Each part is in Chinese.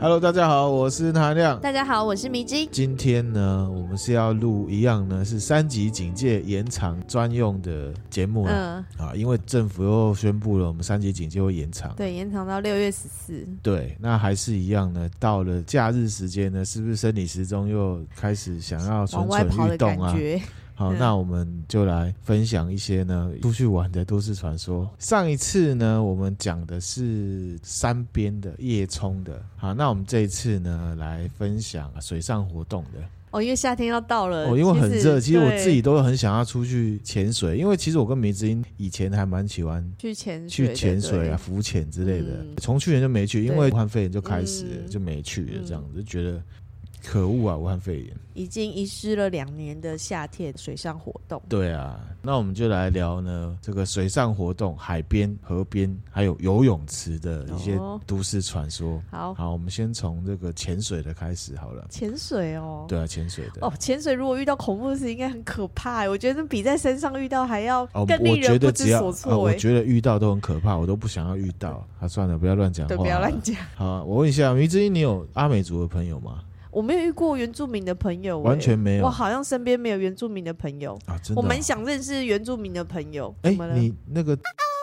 Hello，大家好，我是谭亮。大家好，我是迷之。今天呢，我们是要录一样呢，是三级警戒延长专用的节目了、嗯，啊，因为政府又宣布了，我们三级警戒会延长。对，延长到六月十四。对，那还是一样呢。到了假日时间呢，是不是生理时钟又开始想要蠢往外跑蠢欲的感动啊？觉，好，嗯那我们就来分享一些呢出去玩的都市传说。上一次呢，我们讲的是山边的夜冲的，好，那我们这一次呢来分享啊水上活动的。哦，因为夏天要到了，哦，因为很热，其实我呃对自己都很想要出去潜水，因为其实我跟梅子英以前还蛮喜欢去潜水去的潜水啊、对浮潜之类的嗯。从去年就没去，因对为武汉肺炎就开始了嗯就没去了，嗯这样子就觉得可恶啊，武汉肺炎。已经遗失了两年的夏天水上活动。对啊，那我们就来聊呢这个水上活动、海边、河边，还有游泳池的一些哦都市传说。好，好，我们先从这个潜水的开始好了。潜水哦。对啊，潜水的。哦，潜水如果遇到恐怖的事，应该很可怕欸。我觉得比在山上遇到还要哦更我令觉人得不只知要所呃措我欸。觉得遇到都很可怕，我都不想要遇 到。啊，算了，不要乱讲话。对，不要乱。讲。好啊，我问一下，迷之音，你有阿美族的朋友吗？我没有遇过原住民的朋友欸，完全没有我好像身边没有原住民的朋友。啊，真的哦。我蛮想认识原住民的朋友。哎怎么，了？你那个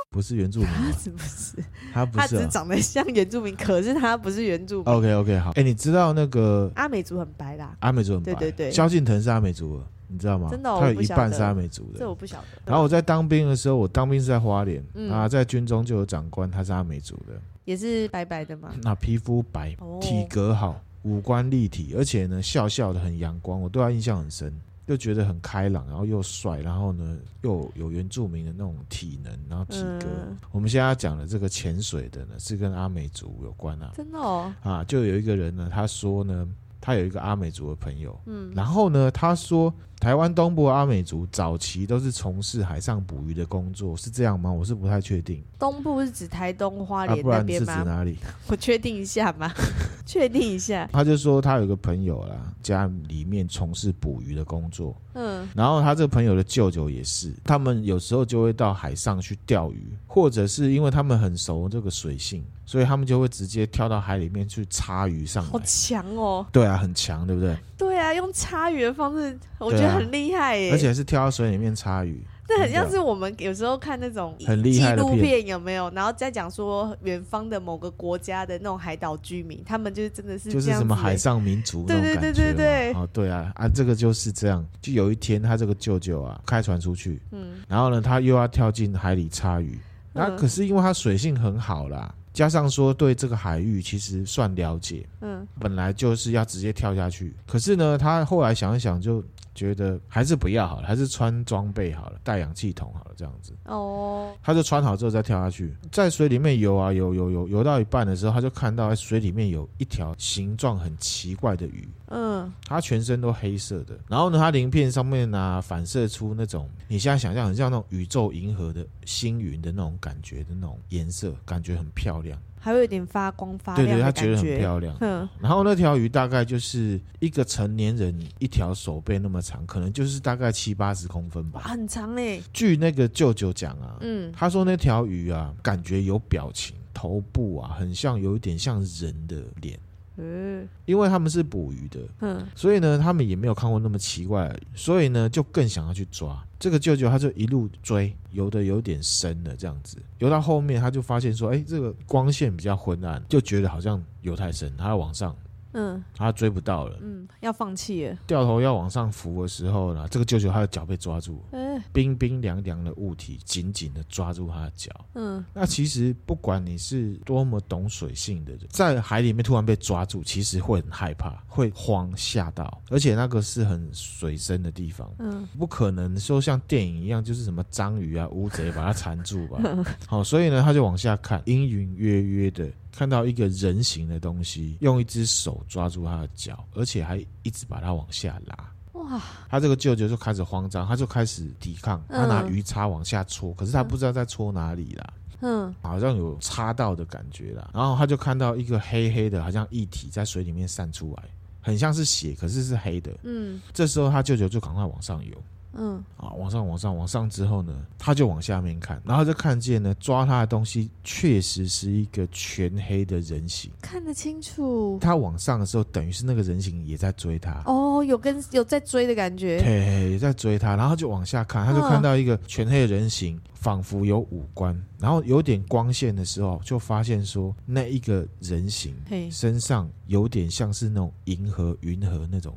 不是原住民吗？是不是？他不他是只啊。长得像原住民，可是他不是原住民。 OK OK，好。哎，你知道那个阿美族很白啦，阿美族很白，啊对对对萧敬腾是阿美族的，你知道吗？真的哦他我有不一晓半得是阿美族这的我。不晓得。然后我在当兵的时候，我当兵是在花莲、嗯啊，在军中就有长官他是阿美族的，也是白白的嘛，那皮肤白，嗯哦嗯体格好，五官立体，而且呢笑笑的很阳光，我对他印象很深，就觉得很开朗，然后又帅，然后呢又有原住民的那种体能，然后体格。嗯我们现在要讲的这个潜水的呢，是跟阿美族有关啊真的哦，啊，就有一个人呢，他说呢，他有一个阿美族的朋友，嗯，然后呢，他说台湾东部阿美族早期都是从事海上捕鱼的工作，是这样吗？我是不太确定，东部是指台东花啊，莲不那然是边指吗？哪里？我确定一下 嘛，确定一下，他就说他有个朋友啦，家里面从事捕鱼的工作，嗯，然后他这个朋友的舅舅也是，他们有时候就会到海上去钓鱼，或者是因为他们很熟这个水性，所以他们就会直接跳到海里面去插鱼上好来。强哦，对啊，很强，对不对？对啊，用插语的方式，我觉对得啊很厉害耶，而且是跳到水里面插鱼，这很像是我们有时候看那种很厉害的纪录片片，有没有？然后再讲说远方的某个国家的那种海岛居民，他们就是真的是就是这样什子么的海上民族那对种对感觉对对对嘛哦，对啊，啊，这个就是这样。就有一天，他这个舅舅啊，开船出去，嗯然后呢，他又要跳进海里插鱼。那、嗯可是因为他水性很好啦，加上说对这个海域其实算了解，嗯，本来就是要直接跳下去。可是呢，他后来想一想，就觉得还是不要好了，还是穿装备好了，带氧气筒好了，这样子。哦，他就穿好之后再跳下去，在水里面游啊游游游，游到一半的时候，他就看到哎水里面有一条形状很奇怪的鱼，嗯，它全身都黑色的，然后呢，它鳞片上面呢、反射出那种你现在想象很像那种宇宙银河的星云的那种感觉的那种颜色，感觉很漂亮。还会有点发光发对亮对，的他感觉得很漂亮。嗯，然后那条鱼大概就是一个成年人一条手背那么长，可能就是大概七八十公分哇，吧。很长欸嘞，据那个舅舅讲啊，嗯，他说那条鱼啊，感觉有表情，头部啊很像有一点像人的脸，嗯因为他们是捕鱼的，嗯，所以呢他们也没有看过那么奇怪的鱼，所以呢就更想要去抓。这个舅舅他就一路追，游的有点深了，这样子游到后面他就发现说，哎，这个光线比较昏暗，就觉得好像游太深，他要往上，嗯他追不到了，嗯，要放弃了，掉头要往上浮的时候呢，这个舅舅他的脚被抓住，哎，冰冰凉凉的物体紧紧的抓住他的脚。嗯，那其实不管你是多么懂水性的人，在海里面突然被抓住，其实会很害怕，会慌吓到，而且那个是很水深的地方。嗯，不可能说像电影一样，就是什么章鱼啊、乌贼把它缠住吧。好，所以呢，他就往下看，隐隐约约的看到一个人形的东西，用一只手抓住他的脚，而且还一直把他往下拉。哇，他这个舅舅就开始慌张，他就开始抵抗，他拿嗯鱼叉往下戳，可是他不知道在戳哪里啦。嗯，好像有插到的感觉啦。然后他就看到一个黑黑的，好像液体在水里面散出来，很像是血，可是是黑的。嗯，这时候他舅舅就赶快往上游，嗯，啊，往上往上往上之后呢，他就往下面看，然后就看见呢，抓他的东西确实是一个全黑的人形。看得清楚。他往上的时候，等于是那个人形也在追他。哦，有跟有在追的感觉。对，也在追他，然后就往下看，他就嗯看到一个全黑的人形，仿佛有五官，然后有点光线的时候，就发现说那一个人形嘿身上有点像是那种银河、云河那种，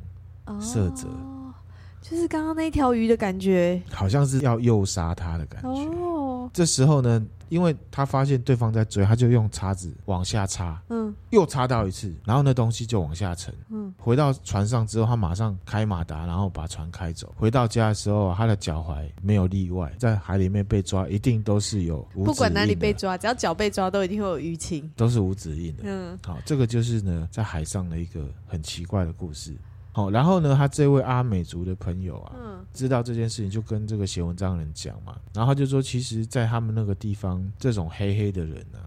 色泽哦，就是刚刚那一条鱼的感觉。好像是要诱杀他的感觉。哦，这时候呢，因为他发现对方在追，他就用叉子往下插，嗯又插到一次，然后那东西就往下沉。嗯，回到船上之后，他马上开马达，然后把船开走。回到家的时候啊，他的脚踝没有例外，在海里面被抓，一定都是有无不管指哪里印的被抓，只要脚被抓，都一定会有淤青。都是无指印的。嗯，好，这个就是呢，在海上的一个很奇怪的故事。好，然后呢，他这位阿美族的朋友啊，嗯知道这件事情就跟这个写文章的人讲嘛，然后他就说，其实，在他们那个地方，这种黑黑的人啊，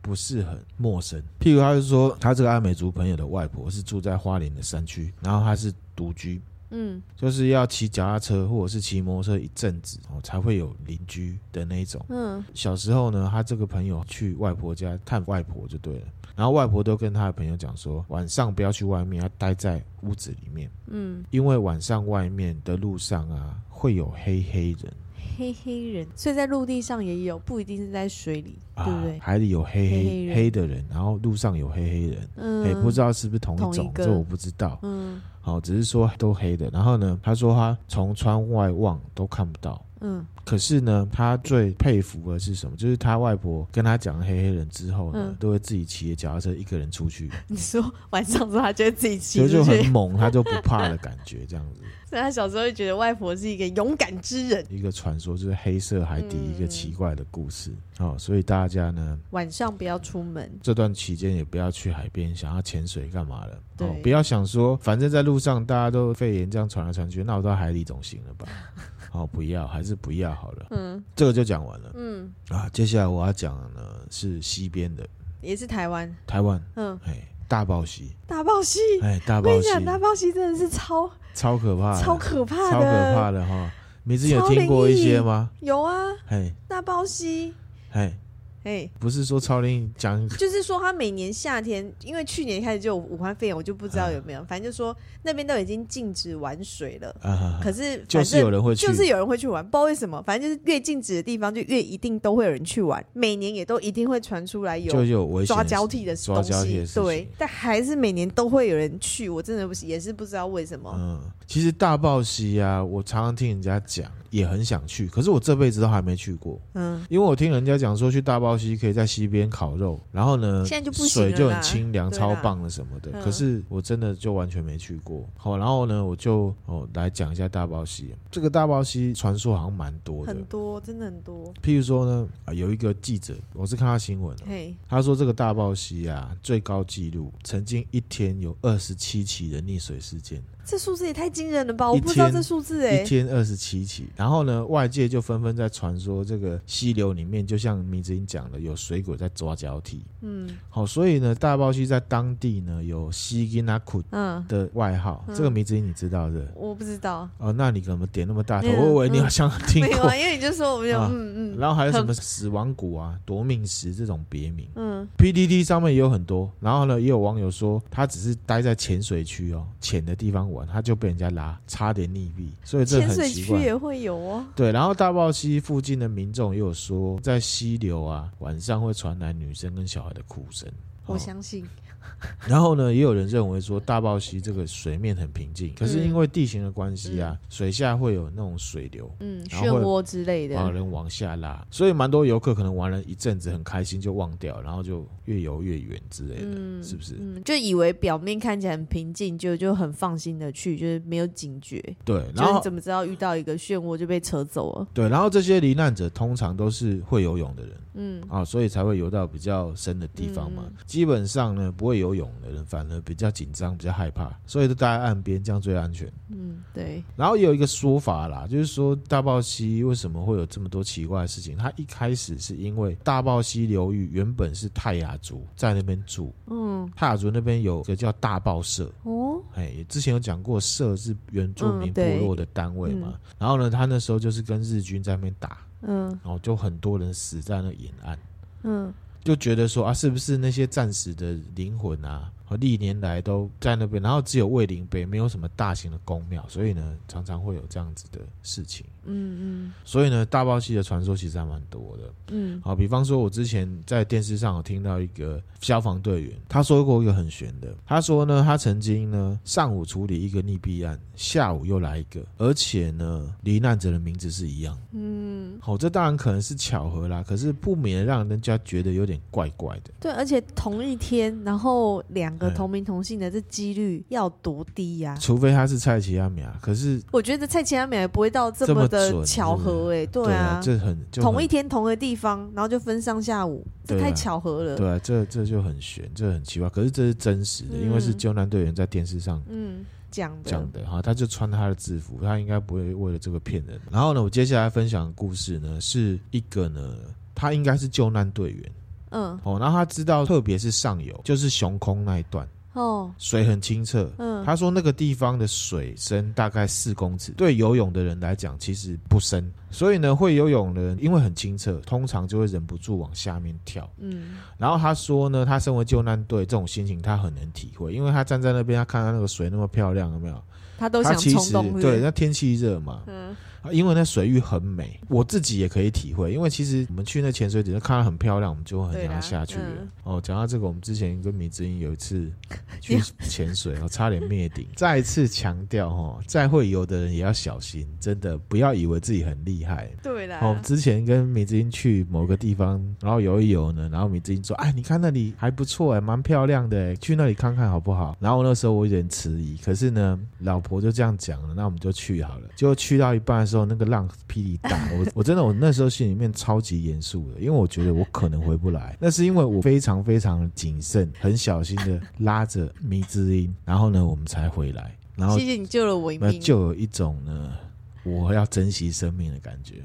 不是很陌生。譬如，他就说，他这个阿美族朋友的外婆是住在花莲的山区，然后他是独居，嗯就是要骑脚踏车或者是骑摩托车一阵子哦，才会有邻居的那一种。嗯，小时候呢，他这个朋友去外婆家探外婆就对了，然后外婆都跟他的朋友讲说，晚上不要去外面，要待在屋子里面，嗯，因为晚上外面的路上啊会有黑黑人黑黑人，所以在陆地上也有，不一定是在水里，啊，对不对？海里有黑黑黑黑人黑的人，然后路上有黑黑人。嗯，哎、不知道是不是同一同种一，个这我不知道。嗯好，只是说都黑的。然后呢，他说他从窗外望都看不到，嗯可是呢，他最佩服的是什么？就是他外婆跟他讲黑黑人之后呢，嗯都会自己骑着脚踏车一个人出去，你说晚上之后，他就会自己骑所以就出去很，猛，他就不怕的感觉，这样子。所以他小时候就觉得外婆是一个勇敢之人。一个传说就是黑色海底嗯一个奇怪的故事。好、所以大家呢，晚上不要出门，这段期间也不要去海边想要潜水干嘛了。对哦，不要想说，反正在路上大家都肺炎这样传来传去，那我到海里总行了 吧？哦，不要，还是不要好了。嗯这个就讲完了嗯，啊。接下来我要讲的呢是西边的也是台湾，台湾。嗯，哎，大报 喜，大暴溪，哎，大我报跟你喜，讲，大暴溪真的是超超可怕的，超可怕的，超可怕的哈！你之前有听过一些吗？有啊，哎大暴溪，哎，哎，不是说超龄讲啊就是说他每年夏天，因为去年开始就有武汉肺炎，我就不知道有没有，反正就说那边都已经禁止玩水了，啊，可是就反正是有人会去，就是有人会去玩，不知道为什么，反正就是越禁止的地方，就越一定都会有人去玩，每年也都一定会传出来就有有危险抓交替的抓东交替的西事，情对，但还是每年都会有人去，我真的不是也是不知道为什么，嗯，其实大报喜啊，我常常听人家讲，也很想去，可是我这辈子都还没去过，嗯，因为我听人家讲说去大报喜可以在溪边烤肉，然后呢，现在就不行了水啦就很清凉，对啦超棒的什么的。嗯可是我真的就完全没去过。好，然后呢，我就哦来讲一下大报喜。这个大报喜传说好像蛮多的很，多，真的很多，譬如说呢，啊有一个记者，我是看他新闻了。哦嘿，他说：“这个大报喜啊，最高纪录曾经一天有二十七起的溺水事件，这数字也太惊人了吧，一我天不知道这数字哎、一天二十七起，然后呢，外界就纷纷在传说这个溪流里面，就像明子英讲的，有水鬼在抓交替。嗯好，所以呢，大报溪在当地呢有西吉纳库嗯，的外号，嗯这个名字你知道的我不知道，哦？那你怎么点那么大头？嗯我以为你嗯好像听没有过啊，。因为你就说我们有，啊嗯嗯然后还有什么死亡谷啊、夺命石这种别名嗯， ，PDD 上面也有很多。然后呢，也有网友说他只是待在浅水区哦，浅的地方玩，他就被人家拉，差点溺毙，所以这潜很水奇区怪。也会有哦，对，然后大豹溪附近的民众也有说，在溪流啊晚上会传来女生跟小孩的哭声。我哦相信，然后呢，也有人认为说大豹溪这个水面很平静，可嗯是因为地形的关系啊，水下会有那种水流。嗯，然漩后会涡之类把的，人往下拉，所以蛮多游客可能玩了一阵子，很开心就忘掉，然后就越游越远之类的，嗯，是不是？嗯，就以为表面看起来很平静，就就很放心的去，就是没有警觉。对，然嗯就是你后怎么知道遇到一个漩涡就被扯走了？对，然后这些罹难者通常都是会游泳的人嗯啊，所以才会游到比较深的地方嘛。嗯基本上呢，不会会游泳的人反而比较紧张，比较害怕，所以就待在岸边，这样最安全。嗯，对，然后也有一个说法啦，就是说大豹溪为什么会有这么多奇怪的事情？它一开始是因为大豹溪流域原本是泰雅族在那边住，嗯，泰雅族那边有个叫大豹社，哦，哎，之前有讲过社是原住民嗯部对落的单位嘛，然后呢，他那时候就是跟日军在那边打，嗯然后就很多人死在那沿岸。嗯就觉得说啊，是不是那些战死的灵魂啊，和历年来都在那边，然后只有卫灵碑没有什么大型的宫庙，所以呢，常常会有这样子的事情。嗯所以呢，大豹溪的传说其实还蛮多的。嗯嗯，好，比方说，我之前在电视上有听到一个消防队员，他说过一个很玄的，他说呢，他曾经呢上午处理一个溺毙案，下午又来一个，而且呢，罹难者的名字是一样。嗯，好、这当然可能是巧合啦，可是不免让人家觉得有点怪怪的。对，而且同一天，然后两个嗯同名同姓的，这几率要多低呀、除非他是蔡奇亚米亚，啊可是我觉得蔡奇安美也不会到这这么的准巧合哎、对啊，这很就很同一天同个地方，然后就分上下午，这对啊太巧合了。对啊，这这就很悬，这很奇怪。可是这是真实的，嗯因为是救难队员在电视上嗯，讲的，讲的哈，他就穿他的制服，他应该不会为了这个骗人。然后呢，我接下来分享的故事呢，是一个呢，他应该是救难队员嗯，哦，然后他知道，特别是上游，就是雄空那一段，哦，水很清澈。嗯，他说那个地方的水深大概四公尺，对游泳的人来讲其实不深，所以呢，会游泳的人因为很清澈，通常就会忍不住往下面跳。嗯然后他说呢，他身为救难队，这种心情他很能体会，因为他站在那边，他看到那个水那么漂亮，有没有？他都他想其冲实动，是不对，是那天气热嘛，啊嗯因为那水域很美，我自己也可以体会，因为其实我们去那潜水点看到很漂亮，我们就会很对想啦要下去了。嗯哦，讲到这个，我们之前跟米之音有一 次去潜水，哦，差点灭顶。再一次强调哦，再会游的人也要小心，真的不要以为自己很厉害。对啦，哦，我们之前跟米之音去某个地方，然后游一游呢，然后米之音说：“哎，你看那里还不错哎，蛮漂亮的哎，去那里看看好不好？”然后那时候我有点迟疑，可是呢，老婆就这样讲了，那我们就去好了。结果去到一半的时候，那个浪霹雳大， 我我真的我那时候心里面超级严肃的，因为我觉得我可能回不来，那是因为我非常非常谨慎、很小心的拉着米之音，然后呢，我们才回来，然后谢谢你救了我一那命，就有一种呢，我要珍惜生命的感觉。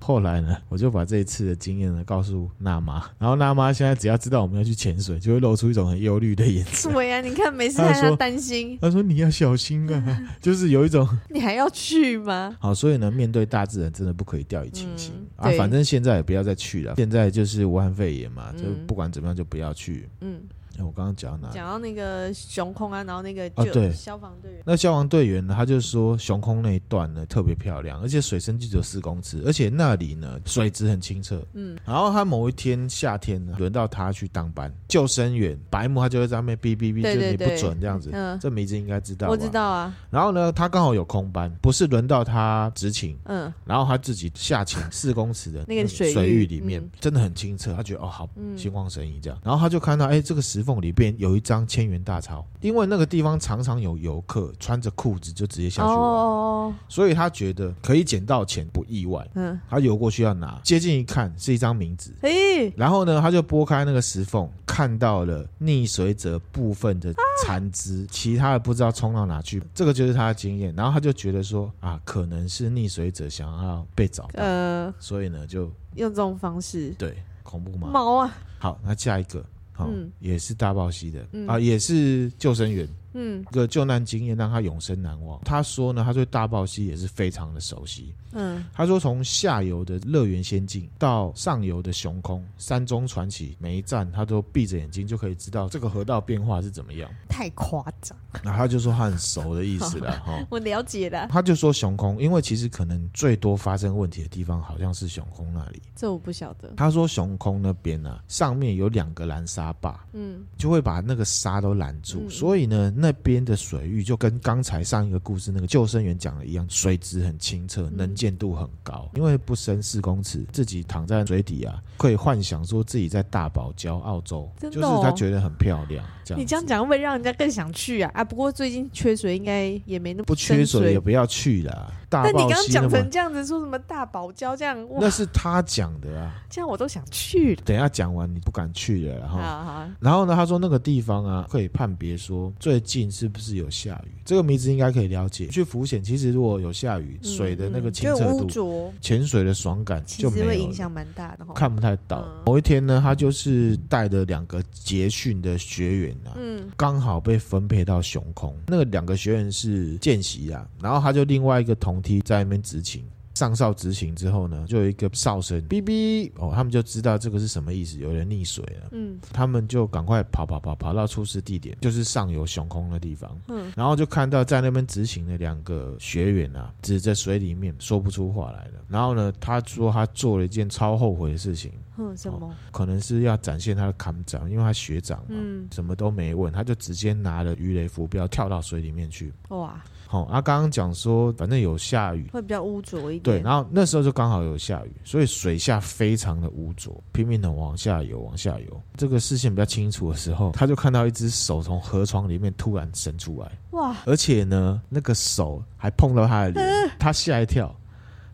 后来呢，我就把这一次的经验呢告诉娜妈，然后娜妈现在只要知道我们要去潜水，就会露出一种很忧虑的眼 神。对呀、啊你看每 次他看说他担心， 她说：“你要小心啊，就是有一种你还要去吗？好，所以呢，面对大自然真的不可以掉以轻心、嗯啊。对反正现在也不要再去了，现在就是武汉肺炎嘛，就嗯不管怎么样就不要去。嗯，哎我刚刚讲到哪里？讲到那个熊空啊，然后那个啊就、对消防队员，那消防队员呢，他就说雄空那一段呢特别漂亮，而且水深就只有四公尺，而且那里呢水质很清澈。嗯，然后他某一天夏天呢，轮到他去当班救生员，白木他就会在那边哔哔哔，对就是对你不对准这样子。嗯这名字应该知道吧？我知。道啊，然后呢，他刚好有空班，不是轮到他执勤，嗯然后他自己下潜四公尺的那个水域域里面嗯，真的很清澈，他觉得哦好嗯心旷神怡这样。然后他就看到哎这个石缝里边有一张千元大钞，因为那个地方常常有游客穿着裤子就直接下哦去玩，哦，哦所以他觉得可以捡到钱不意外。嗯，他游过去要拿，接近一看是一张名字。诶、然后呢，他就拨开那个石缝，看到了溺水者部分的残肢，其他的不知道冲到哪去。这个就是他的经验。然后他就觉得说啊，可能是溺水者想要被找到，呃，所以呢，就用这种方式，对恐怖嘛。猫啊，好，那下一个，好、嗯也是大爆溪的、嗯啊，也是救生员，嗯一个救难经验让他永生难忘。他说呢，他对大爆溪也是非常的熟悉。嗯他说，从下游的乐园仙境到上游的雄空山中传奇，每一站他都闭着眼睛就可以知道这个河道变化是怎么样。太夸张，然后他就说他很熟的意思了 哈。齁我了解了，他就说雄空，因为其实可能最多发生问题的地方好像是雄空那里。这我不晓得，他说雄空那边呢、啊，上面有两个拦沙坝，嗯就会把那个沙都拦住，嗯所以呢，那边的水域就跟刚才上一个故事那个救生员讲的一样，水质很清澈，嗯能见度很高，因为不深四公尺，自己躺在水底啊，可以幻想说自己在大堡礁澳洲，真就的是哦他觉得很漂亮。这样你这样子讲会不会让人家更想去啊？啊，不过最近缺水，应该也没那么不缺深水也。不要去啦。大但你豹刚刚溪那讲么成这样子，说什么大堡礁这样，哇那，是他讲的啊，这样我都想去了。等一下讲完你不敢去了，然后。好好，然后呢，他说那个地方啊，可以判别说最近是不是有下雨。这个名字应该可以了解。去浮潜，其实如果有下雨，嗯水的那个嗯清就澈污度、浊，潜水的爽感其实就没有会影了，响蛮大的哈。看不太到嗯。某一天呢，他就是带着两个结训的学员啊，嗯，刚好被分配到熊空。那个两个学员是见习啊，然后他就另外一个同梯在那边执勤。上哨执勤之后呢，就有一个哨声哔哔哦，他们就知道这个是什么意思，有人溺水了。嗯他们就赶快跑跑跑跑到出事地点，就是上游熊空的地方。嗯，然后就看到在那边执行的两个学员啊，指着水里面说不出话来了。然后呢，他说他做了一件超后悔的事情，哼，什么？可能是要展现他的扛长，因为他学长嘛，嗯，什么都没问，他就直接拿了鱼雷浮标跳到水里面去。哇，好、他刚刚讲说，反正有下雨，会比较污浊一对，点。然后那时候就刚好有下雨，所以水下非常的污浊，拼命的往下游，往下游。这个视线比较清楚的时候， 他就看到一只手从河床里面突然伸出来，哇，而且呢，那个手还碰到他的 脸，他吓一跳。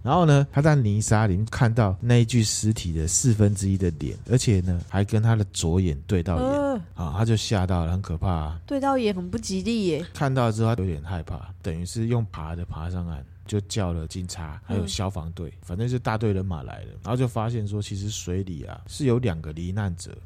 然后呢，他在泥沙里面看到那一具尸体的四分之一的脸，而且呢，还跟他的左眼对到眼呃，啊，他就吓到了，很可怕、啊。对到也很不吉利耶。看到之后他有点害怕，等于是用爬的爬上岸，就叫了警察还有嗯消防队，反正就大队人马来了，然后就发现说，其实水里啊是有两个罹难者，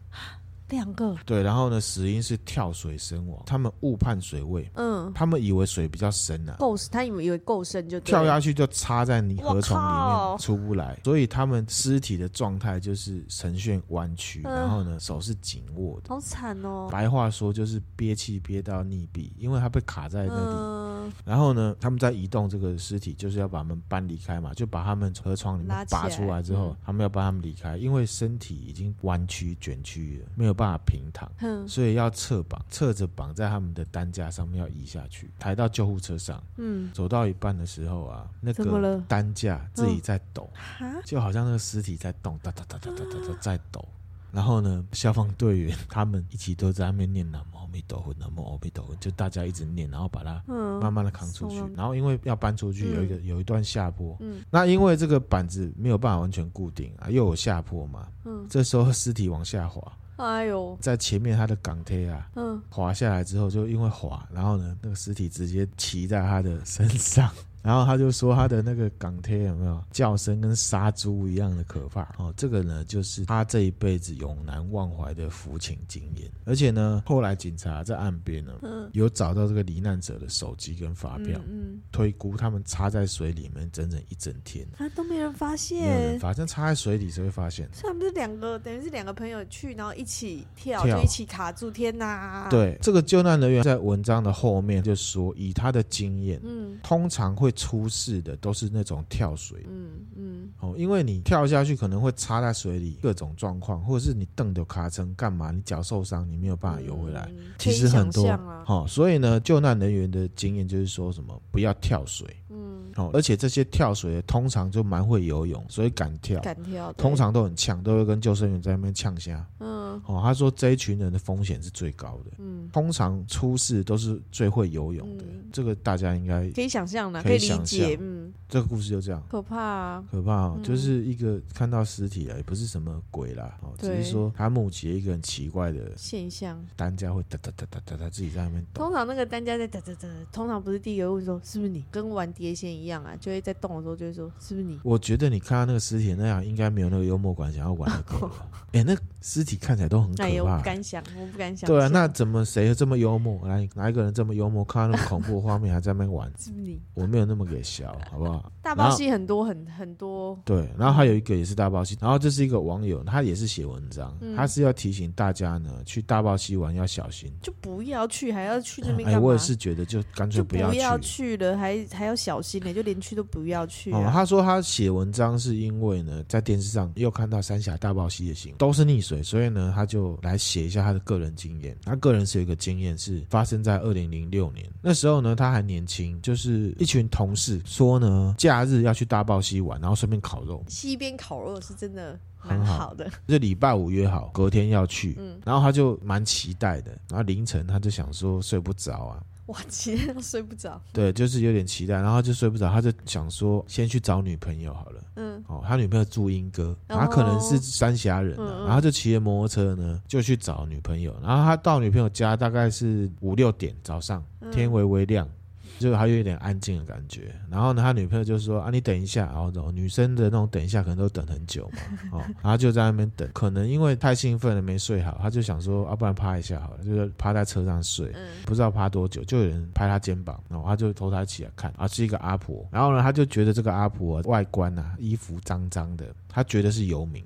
两个，对，然后呢死因是跳水身亡，他们误判水位，嗯，他们以为水比较深啊。够深，他以为以为够深哦就对跳了下去就插在你河床里我面靠出不来，所以他们尸体的状态就是呈现弯曲，嗯然后呢手是紧握的，好惨哦。白话说就是憋气憋到溺毙，因为他被卡在那里，嗯，然后呢，他们在移动这个尸体，就是要把他们搬离开嘛，就把他们从河床里面拉起来拔出来之后，嗯他们要把他们离开，因为身体已经弯曲卷曲了，没有办法平躺，哼，所以要侧绑，侧着绑在他们的担架上面要移下去，抬到救护车上。嗯，走到一半的时候啊，那怎么个了嗯担架自己在抖，哈，就好像那个尸体在动，哒哒哒哒哒哒哒在抖。然后呢，消防队员他们一起都在那边念南无阿弥陀佛，南无阿弥陀佛，就大家一直念，然后把它嗯，慢慢的扛出去送，到然后因为要搬出去，有一个有一段下坡，嗯那因为这个板子没有办法完全固定啊，又有下坡嘛，嗯，这时候尸体往下滑，哎呦，在前面它的港铁啊嗯，滑下来之后，就因为滑，然后呢，那个尸体直接骑在他的身上。 然后他就说他的那个港铁有没有叫声跟杀猪一样的可怕哦，这个呢就是他这一辈子永难忘怀的浮潜经验。而且呢，后来警察在岸边呢嗯，有找到这个罹难者的手机跟发票，嗯，嗯推估他们插在水里面整整一整天，啊，都没人发没有人现。发现插在水里谁会发现？所以他们是两个，等于是两个朋友去，然后一起跳，跳就一起卡住。天哪！，对，这个救难人员在文章的后面就说，以他的经验，嗯通常会出事的都是那种跳水。嗯嗯，哦，因为你跳下去可能会插在水里，各种状况，或者是你蹬着卡撑干嘛，你脚受伤，你没有办法游回来。嗯，其可以实很想多象啊，哦，所以呢，救难人员的经验就是说什么不要跳水嗯，哦，而且这些跳水的通常就蛮会游泳，所以敢跳。敢跳，对通，常都很呛，都会跟救生员在那边呛虾。嗯哦，他说这一群人的风险是最高的，嗯，通常出事都是最会游泳的。嗯这个大家应该，可以想象的，可可以以理想解象，嗯，这个故事就这样。可怕啊，可怕、哦，嗯就是一个看到尸体啊，也不是什么鬼啦，哦，只对是说他目击了一个很奇怪的现象。担架会哒哒哒哒哒哒自己在那边抖通，常那个担架在哒哒哒，通常不是第一个问说是不是你，跟玩碟仙一样啊，就会在动的时候就会说是不是你，我觉得你看到那个尸体那样，应该没有那个幽默感想要玩的狗 吧？哎、那尸体看起来都很可哎呀，我怕、不敢想，我不敢想象。对啊，那怎么谁会这么幽默？来，哪一个人这么幽默？看到那么恐怖的画面还在那边玩，是不是你？我没有那么给笑，好不好？大包戏很多很很多，对，然后还有一个也是大爆溪，然后这是一个网友，他也是写文章，嗯他是要提醒大家呢，去大爆溪玩要小心。就不要去，还要去那边哎，干嘛？我也是觉得就干脆就要去。要去啊了，还还要小心呢、就连去都不要去、哦，啊。他说他写文章是因为呢，在电视上又看到三峡大爆溪的新闻，都是溺岁，所以呢，他就来写一下他的个人经验。他个人是有一个经验是发生在二零零六年，那时候呢他还年轻，就是一群同事说呢，假日要去大豹溪玩，然后顺便烤肉。西边烤肉是真的很蛮好好的， 就礼拜五约好，隔天要去，嗯然后他就蛮期待的，然后凌晨他就想说睡不着啊，哇，今天都睡不着。对，就是有点期待，然后他就睡不着，他就想说先去找女朋友好了。嗯，哦，他女朋友住莺歌，哦然后可能是三峡人、啊嗯嗯然后就骑着摩托车呢，就去找女朋友。然后他到女朋友家大概是五六点早上，嗯天微微亮，就还有一点安静的感觉。然后呢，他女朋友就说：“啊，你等一下。”然后那种女生的那种等一下，可能都等很久嘛，哦，然后就在那边等。可能因为太兴奋了没睡好，他就想说：“啊，不然趴一下好了，就是趴在车上睡。”嗯不知道趴多久，就有人拍他肩膀，然后他就头抬起来看，啊，是一个阿婆。然后呢，他就觉得这个阿婆啊外观啊，衣服脏脏的，他觉得是游民。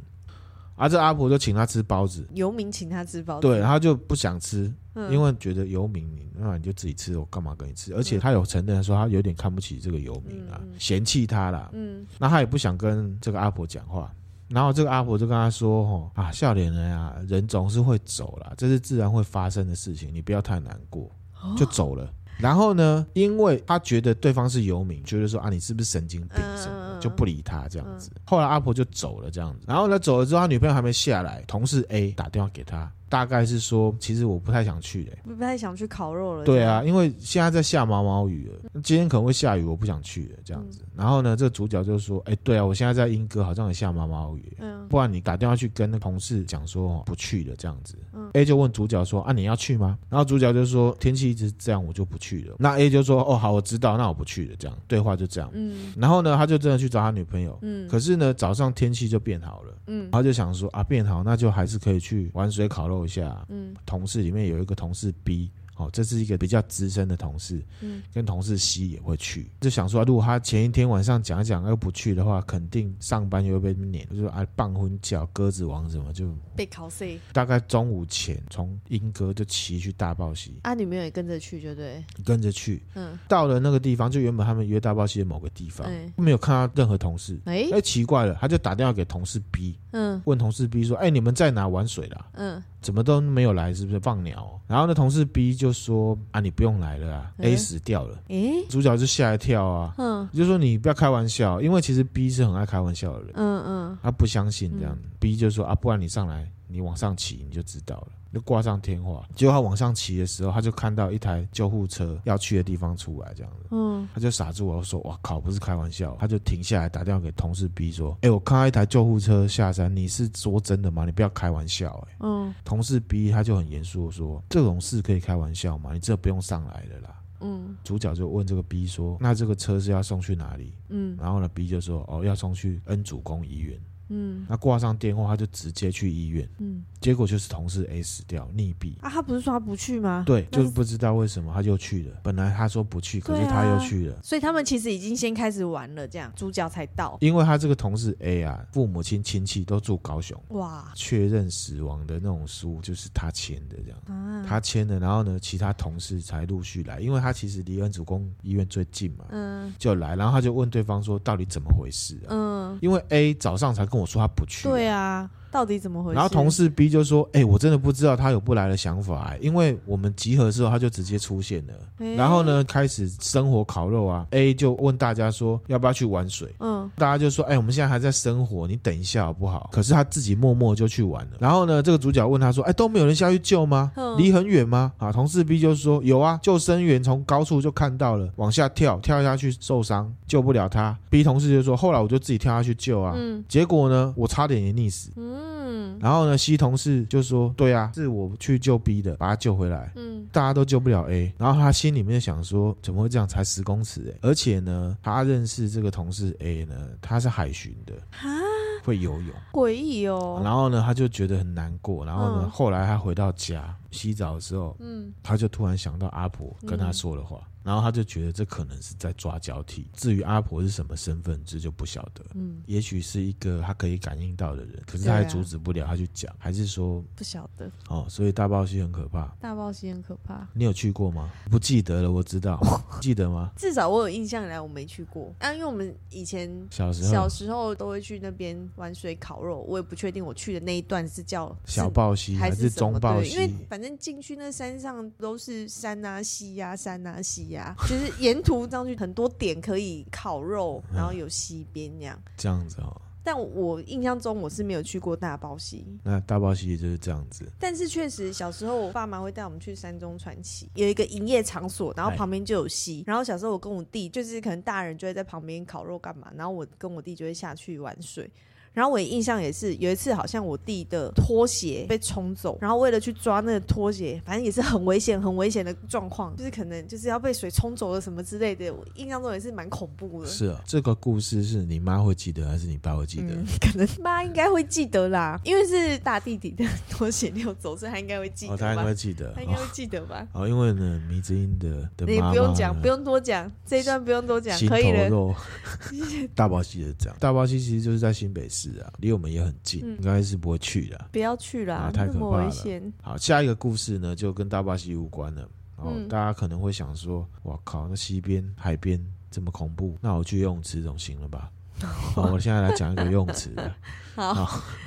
啊，这阿婆就请他吃包子，游民请他吃包子，对，他就不想吃，嗯，因为觉得游民，你啊那你就自己吃，我干嘛跟你吃？而且他有承认说他有点看不起这个游民啊嗯，嗯嫌弃他啦。嗯那他也不想跟这个阿婆讲话。然后这个阿婆就跟他说：“哦啊，笑脸人啊，人总是会走啦，这是自然会发生的事情，你不要太难过。”哦就走了。然后呢，因为他觉得对方是游民，觉得说啊，你是不是神经病嗯什么嗯嗯的，就不理他这样子。后来阿婆就走了这样子。然后呢，走了之后，他女朋友还没下来，同事 A 打电话给他，大概是说，其实我不太想去的、不不太想去烤肉了。对这啊，样，因为现在在下毛毛雨了，今天可能会下雨，我不想去了这样子。然后呢，这个主角就说：“哎、对啊，我现在在英哥，好像也下毛毛雨。”嗯不然你打电话去跟那同事讲说哦不去了这样子、a 就问主角说啊你要去吗？然后主角就说天气一直这样我就不去了。那 A 就说哦好我知道那我不去了这样对话就这样。嗯然后呢他就真的去找他女朋友，嗯可是呢早上天气就变好了，嗯他就想说啊变好那就还是可以去玩水烤肉一下。嗯同事里面有一个同事 B。哦，这是一个比较资深的同事，嗯跟同事 C 也会去，就想说，如果他前一天晚上讲一讲又不去的话，肯定上班又会被撵，就说啊，棒婚叫鸽子王什么，就被烤碎，大概中午前从英哥就骑去大报溪，啊，女朋友也跟着去，就对，跟着去，嗯，到了那个地方，就原本他们约大报溪的某个地方，哎没有看到任何同事，哎啊哎、，奇怪了，他就打电话给同事 B，嗯问同事 B 说，哎、你们在哪玩水啦、嗯怎么都没有来，是不是放鸟哦、然后呢，同事 B 就说啊，你不用来了啊哎，A 死掉了，哎，主角就吓一跳啊，嗯就说你不要开玩笑，因为其实 B 是很爱开玩笑的人，嗯嗯，他不相信这样、b 就说啊，不然你上来，你往上骑你就知道了，就挂上天话。结果他往上骑的时候，他就看到一台救护车要去的地方出来这样子。嗯他就傻住了，说：“哇靠，不是开玩笑。”他就停下来打电话给同事 B 说：“哎、我看到一台救护车下山，你是说真的吗？你不要开玩笑、哎，嗯同事 B 他就很严肃的说：“这种事可以开玩笑吗？你这不用上来了啦。”嗯主角就问这个 B 说：“那这个车是要送去哪里？”嗯然后呢，B 就说：“哦，要送去恩主公医院。”嗯那挂上电话，他就直接去医院，嗯，结果就是同事 A 死掉，溺毙。啊，他不是说他不去吗？对，那就是是不知道为什么他就去了。本来他说不去，可是对啊他又去了，所以他们其实已经先开始玩了，这样主角才到，因为他这个同事 A 啊，父母亲亲戚都住高雄，哇确认死亡的那种书就是他签的，这样啊，他签的。然后呢，其他同事才陆续来，因为他其实离恩主公医院最近嘛，嗯就来。然后他就问对方说，到底怎么回事啊？嗯，因为 A 早上才跟我说他不去，对啊，到底怎么回事？然后同事 B 就说：“哎、我真的不知道他有不来的想法、哎因为我们集合之后他就直接出现了。哎然后呢，开始生火烤肉啊。A 就问大家说要不要去玩水，嗯大家就说：哎、我们现在还在生火，你等一下好不好？可是他自己默默就去玩了。然后呢，这个主角问他说：哎、都没有人下去救吗？嗯离很远吗？啊，同事 B 就说：有啊，救生员从高处就看到了，往下跳，跳下去受伤，救不了他。B 同事就说：后来我就自己跳下去救啊。嗯结果呢，我差点也溺死。”嗯然后呢，C 同事就说：“对啊，是我去救 B 的，把他救回来。”嗯大家都救不了 A，然后他心里面想说，怎么会这样？才十公尺哎、而且呢，他认识这个同事 A 呢，他是海巡的，哈，会游泳。诡异哦，然后呢，他就觉得很难过。然后呢，嗯后来他回到家洗澡的时候，嗯他就突然想到阿婆跟他说的话。然后他就觉得这可能是在抓交替。至于阿婆是什么身份，这就不晓得。嗯，也许是一个他可以感应到的人，可是对他啊也阻止不了，他去讲，还是说不晓得，哦，所以大爆溪很可怕。大报溪很可怕。你有去过吗？不记得了，我知 道，记得吗？至少我有印象以来，我没去过啊，因为我们以前小时小候时候都会去那边玩水烤肉，我也不确定我去的那一段是叫小是报溪还是什么中报对因为溪？反正进去那山上都是山啊、溪啊、山啊、溪啊，就是沿途上去很多点可以烤肉，然嗯后有溪边那样。这样子哦。但我印象中我是没有去过大包溪，那大报溪就是这样子，但是确实小时候我爸妈会带我们去山中传奇，有一个营业场所，然后哎旁边就有溪。然后小时候我跟我弟就是可能大人就会在旁边烤肉干嘛，然后我跟我弟就会下去玩水。然后我印象也是有一次，好像我弟的拖鞋被冲走，然后为了去抓那个拖鞋，反正也是很危险、很危险的状况，就是可能就是要被水冲走了什么之类的。我印象中也是蛮恐怖的。是啊。这个故事是你妈会记得还是你爸会记得？嗯，可能 妈应该会记得啦，因为是大弟弟的 拖鞋溜走，所以他应该会记哦，得他吧。应该记得他应该哦。会记 得吧？哦，因为呢，迷之音的的你妈妈不用讲，呢不用多讲，这一段不用多讲，心可以头了。 肉。大包溪是这样，大包溪其实就是在新北市啊，离我们也很近，嗯应该是不会去的啊。不要去啦啊，太那可怕么了危险。好，下一个故事呢，就跟大坝溪无关了。然后嗯大家可能会想说，哇靠，那溪边、海边这么恐怖，那我去游泳池总行了 吧？好，我现在来讲一个游泳池的。好，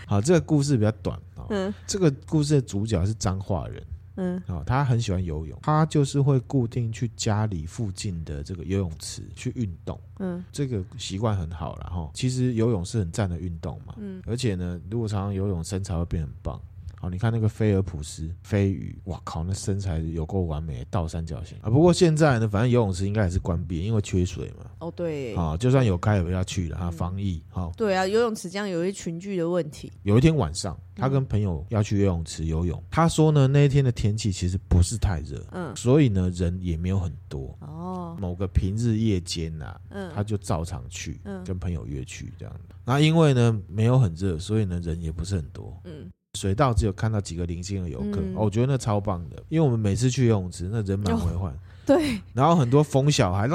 好，这个故事比较短哦。嗯这个故事的主角是彰化人嗯哦，他很喜欢游泳，他就是会固定去家里附近的这个游泳池去运动，嗯这个习惯很好啦。哈。其实游泳是很赞的运动嘛，嗯，而且呢，如果常常游泳，身材会变很棒。哦好，你看那个菲尔普斯、飞鱼，哇靠，那身材有够完美，倒三角形啊！不过现在呢，反正游泳池应该也是关闭，因为缺水嘛。哦对，啊，就算有开也不要去了啊，嗯防疫。好，对啊，游泳池这样有一群聚的问题。有一天晚上，嗯他跟朋友要去游泳池游泳，他说呢，那一天的天气其实不是太热，嗯，所以呢人也没有很多。哦，某个平日夜间啊呐、他嗯就照常去，嗯跟朋友约去这样子。那因为呢没有很热，所以呢人也不是很多，嗯，水道只有看到几个零星的游客，嗯哦，我觉得那超棒的，因为我们每次去游泳池，那人满为患，对然后很多疯小孩，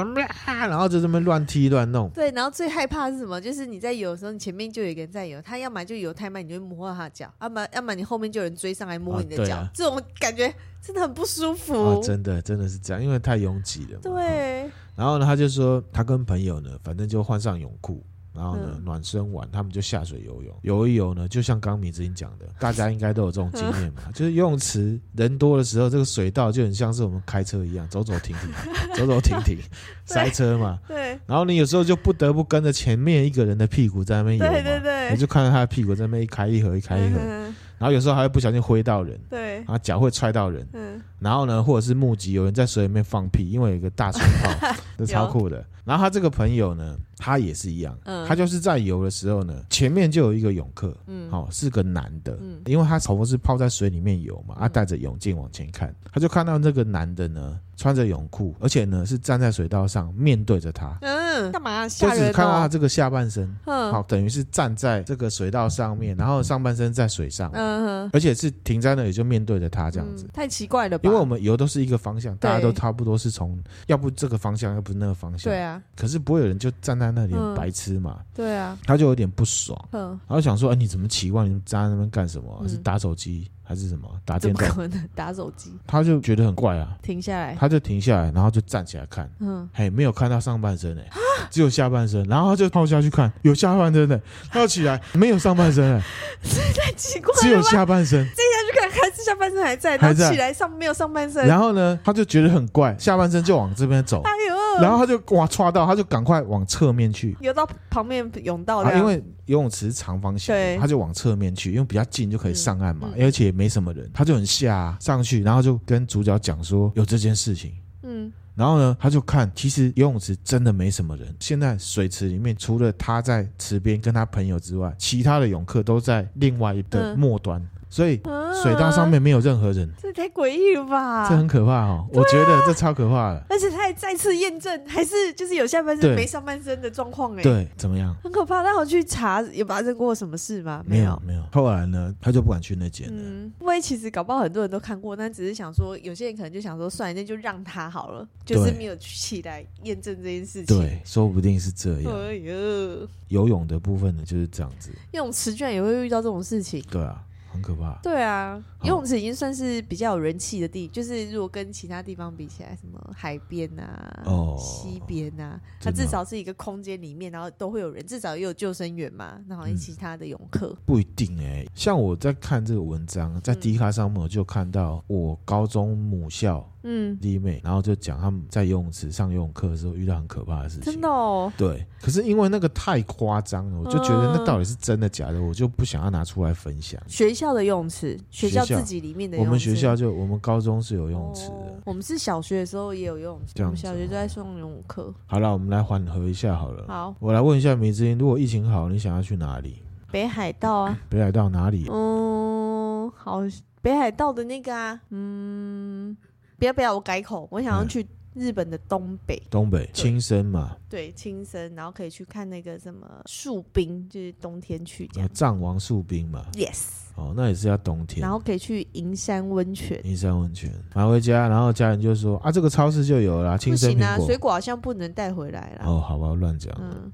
然后就这么乱踢乱弄，对，然后最害怕是什么？就是你在游的时候，你前面就有一个人在游，他要么就游太慢，你就会摸到他的脚；，要么要么你后面就有人追上来摸啊你的对脚，啊这种感觉真的很不舒啊，服。真的真的是这样，因为太拥挤了嘛。哦哦对，然后呢，他就说他跟朋友呢，反正就换上泳裤。然后呢，嗯暖身完，他们就下水游泳，游一游呢，就像刚米之前讲的，大家应该都有这种经验嗯嘛，就是游泳池人多的时候，这个水道就很像是我们开车一样，走走停 停，走走停停，塞车嘛。对然后你有时候就不得不跟着前面一个人的屁股在那边游嘛，对对对你就看到他的屁股在那边一开一合一开一合，嗯哼然后有时候还会不小心挥到人， 对然，后脚会踹到人，嗯然后呢，或者是目击有人在水里面放屁，因为有一个大水泡， 这超酷的。然后他这个朋友呢，他也是一样，嗯他就是在游的时候呢，前面就有一个泳客，嗯，哦，是个男的，嗯因为他头发是泡在水里面游嘛，他嗯戴着泳镜往前看，他就看到那个男的呢，穿着泳裤，而且呢是站在水道上面对着他，嗯，干嘛就吓只人、哦？看到他这个下半身，嗯好，等于是站在这个水道上面，然后上半身在水上，嗯哼，而且是停在那里就面对着他这样子嗯。太奇怪了吧？因为我们游都是一个方向，大家对都差不多是从要不这个方向，要不是那个方向。对啊，可是不会有人就站在那里很嗯白痴嘛，对啊，他就有点不爽，哼，然后想说：“哎、你怎么奇怪？你们站在那边干什么啊、嗯是打手机还是什么打怎电么动可能打手机？？”他就觉得很怪啊，停下 来，他就停下来，然后就站起来看。嗯，嘿，没有看到上半身哎、只有下半身，然后他就跳下去看，有下半身的、哎他要起来没有上半身 哎、太奇怪只了有吧？下半身。他就看还是下半身还在，还然在后起来上没有上半身，然后呢，他就觉得很怪，下半身就往这边走，哎呦，然后他就哇歘到，他就赶快往侧面去，游到旁边泳道啊这样，因为游泳池是长方形的，哦对他就往侧面去，因为比较近就可以上岸嘛，嗯而且也没什么人，他就很下、上去，然后就跟主角讲说有这件事情。嗯然后呢，他就看，其实游泳池真的没什么人。现在水池里面，除了他在池边跟他朋友之外，其他的泳客都在另外的嗯末端，所以啊水道上面没有任何人，这也太诡异了吧？这很可怕啊哦。我觉得这超可怕的。而且他还再次验证，还是就是有下半身对没上半身的状况哎，对，怎么样？很可怕。那我去查有发生过什么事吗？没有，没有。后来呢，他就不敢去那间了。嗯，因为其实搞不好很多人都看过，但只是想说，有些人可能就想说，算了，那就让他好了，就是对没有去起来验证这件事情。对，说不定是这样。哎呦，游泳的部分呢，就是这样子。泳池居然也会遇到这种事情。对啊，很可怕。对啊，好游泳池已经算是比较有人气的地，就是如果跟其他地方比起来，什么海边啊、哦西边啊，它真的至少是一个空间里面，然后都会有人，至少也有救生员嘛，然后嗯其他的泳客，不一定哎、像我在看这个文章，在嗯迪卡上面我就看到我高中母校嗯，弟妹，然后就讲他们在游泳池上游泳课的时候遇到很可怕的事情。真的哦，对，可是因为那个太夸张了，我就觉得嗯那到底是真的假的，我就不想要拿出来分享。学校的游泳池，学校学校自己里面的游我泳池，们学校就我们高中是有游泳池哦的。我们是小学的时候也有游泳池，这我样们子啊小学就在上游泳课。好了，我们来缓和一下好了。好，我来问一下梅之音，如果疫情好，你想要去哪里？北海道 啊，北海道哪里？嗯，好，北海道的那个啊，嗯，不要不要，我改口，我想要嗯去日本的东北，东北青森嘛，对，青森，然后可以去看那个什么树冰，就是冬天去这呃样。藏王树冰嘛， Yes，哦，那也是要冬天然。后可以去银山温泉。银山温泉买回家，然后家人就说啊，这个超市就有啦，不青森行啊，苹水果。果好像不能带回来啦。哦，好吧，乱讲。 嗯，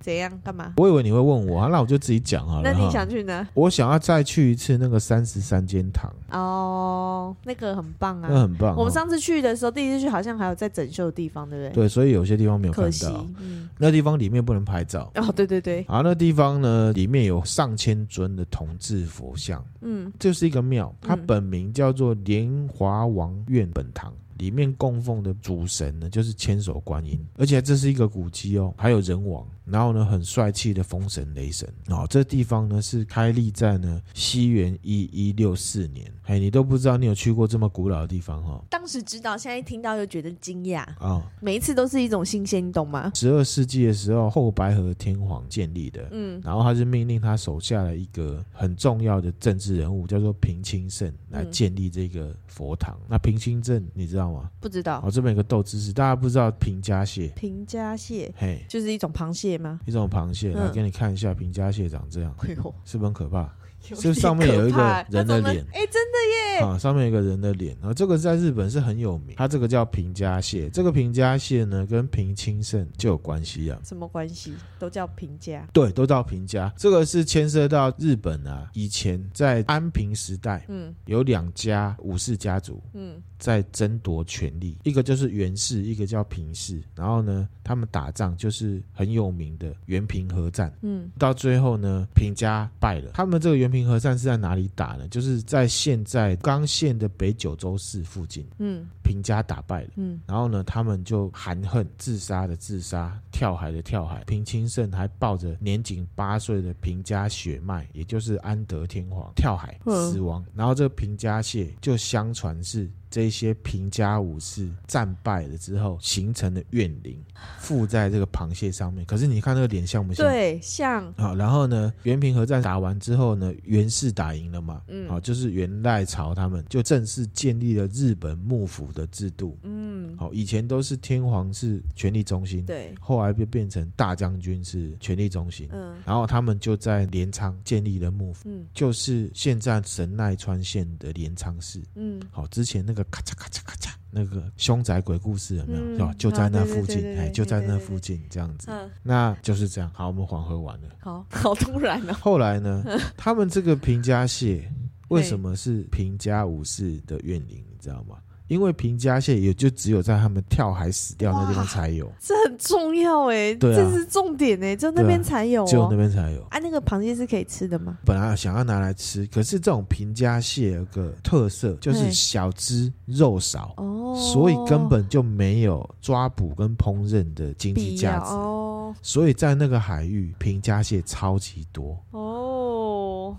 怎样？干嘛？我以为你会问我，啊那我就自己讲好了。那你哈想去哪？我想要再去一次那个三十三间堂，哦，那个很棒啊，那很棒哦。我们上次去的时候，第一次去好像还有在整修的地方，对不对？对，所以有些地方没有可看惜到，，嗯，那地方里面不能拍照。哦，对对对，啊，那地方呢，里面有上千尊的同治佛像，嗯，就是一个庙，它嗯本名叫做莲华王院本堂，里面供奉的主神呢就是千手观音，而且这是一个古迹哦，还有人王，然后呢很帅气的风神雷神哦，这地方呢是开立在呢西元一一六四年，哎，你都不知道你有去过这么古老的地方哈、当时知道，现在一听到又觉得惊讶，哦，啊、每一次都是一种新鲜，你懂吗？十二世纪的时候，后白河天皇建立的，嗯然后他就命令他手下的一个很重要的政治人物，叫做平清盛，来嗯建立这个佛堂。那平清盛你知道吗？不知道哦，这边有个斗知识，大家不知道平家蟹，平家蟹嘿，就是一种螃蟹吗？ 一种螃蟹，嗯来给你看一下平家蟹长这样，哎呦，是不是很可怕？有就点上面有一可怕个人那的种脸哎，真的啊，上面有一个人的脸，然后这个在日本是很有名，它这个叫平家蟹。这个平家蟹呢，跟平清盛就有关系啊。什么关系？都叫平家，对，都到平家，这个是牵涉到日本啊，以前在安平时代嗯有两家武士家族嗯在争夺权力，一个就是源氏，一个叫平氏。然后呢，他们打仗就是很有名的源平合战。嗯，到最后呢，平家败了。他们这个源平合战是在哪里打呢？就是在现在冈县的北九州市附近，嗯平家打败了。嗯，然后呢，他们就含恨自杀的自杀，跳海的跳海。平清盛还抱着年仅八岁的平家血脉，也就是安德天皇跳海嗯死亡。然后这个平家蟹就相传是这些平家武士战败了之后形成的怨灵，附在这个螃蟹上面。可是你看那个脸像不像？对，像好，然后呢，原平和战打完之后呢，源氏打赢了嘛，嗯好，就是源赖朝他们就正式建立了日本幕府的制度，嗯好，以前都是天皇是权力中心，对，后来就变成大将军是权力中心，嗯然后他们就在镰仓建立了幕府，嗯就是现在神奈川县的镰仓市。嗯， 好，之前那个咔嚓咔嚓咔嚓，那个凶宅鬼故事有没有？嗯是吧？就在那附啊对对对近，对哎，对就在对那对对附近这样子，嗯，那就是这样。好，我们缓和完了。好好突然哦，后来 呢，他们这个平家蟹为什么是平家武士的怨灵，你知道吗？因为平家蟹也就只有在他们跳海死掉那地方才有，这很重要哎，对啊这是重点哎，就那边对啊才有只有那哦。边才有。啊，那个螃蟹是可以吃的吗？本来想要拿来吃，可是这种平家蟹有个特色就是小只肉少，哦，所以根本就没有抓捕跟烹饪的经济必价要值。哦所以在那个海域，平家蟹超级多，哦，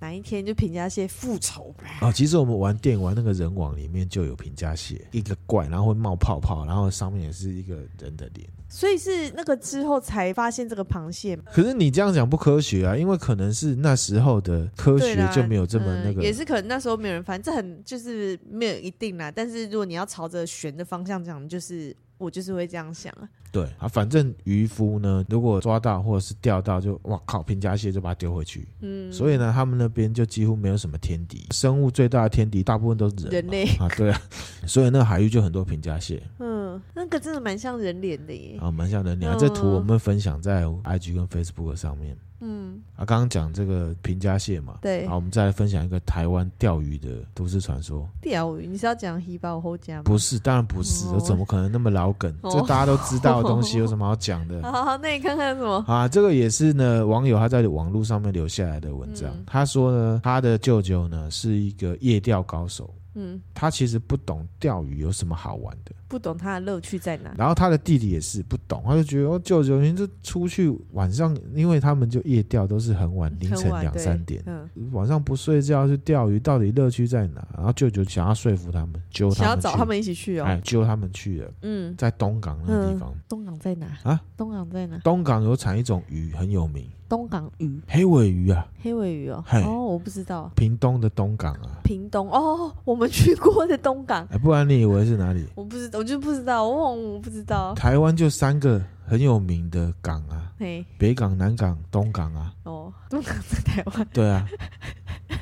哪一天就评价蟹复仇吧。啊、其实我们玩电玩那个人网里面就有评价蟹，一个怪，然后会冒泡泡，然后上面也是一个人的脸。所以是那个之后才发现这个螃蟹嘛，可是你这样讲不科学啊，因为可能是那时候的科对学啦就没有这么嗯那个。也是可能那时候没有人翻，这很就是没有一定啦。但是如果你要朝着悬的方向讲，就是我就是会这样想啊。对啊，反正渔夫呢，如果抓到或者是钓到就，哇靠，平价蟹就把它丢回去。嗯，所以呢，他们那边就几乎没有什么天敌，生物最大的天敌大部分都是人嘛人类啊，对啊，所以那海域就很多平价蟹嗯，那个真的蛮像人脸的耶。啊，蛮像人类啊。嗯这图我们会分享在 IG 跟 Facebook 上面嗯，啊。刚刚讲这个平价蟹嘛，对好，我们再来分享一个台湾钓鱼的都市传说。钓鱼，你是要讲黑包后家吗？不是，当然不是，哦我怎么可能那么老梗？哦这大家都知道的东西，有什么好讲 的？好好好，那你看看什么？啊，这个也是呢，网友他在网络上面留下来的文章。嗯他说呢，他的舅舅呢是一个夜钓高手，嗯，他其实不懂钓鱼有什么好玩的。不懂它的乐趣在哪。然后他的弟弟也是不懂，他就觉得哦，舅舅，你这出去晚上，因为他们就夜钓都是很晚，凌晨很晚两对三点，嗯，晚上不睡觉去钓鱼，到底乐趣在哪？然后舅舅想要说服他们，揪他们去，想要找他们一起去哎哦。，揪他们去了，嗯，在东港那个地方。东港在哪啊？东港在哪？东港有产一种鱼很有名，东港鱼，黑尾鱼啊，黑尾鱼哦。嗨哦，我不知道。屏东的东港啊，屏东哦，我们去过的东港，哎，不然你以为是哪里？我不知道，我就不知道，我忘了我不知道。台湾就三个很有名的港啊，嘿，北港、南港、东港啊，哦，东港在台湾。 对啊，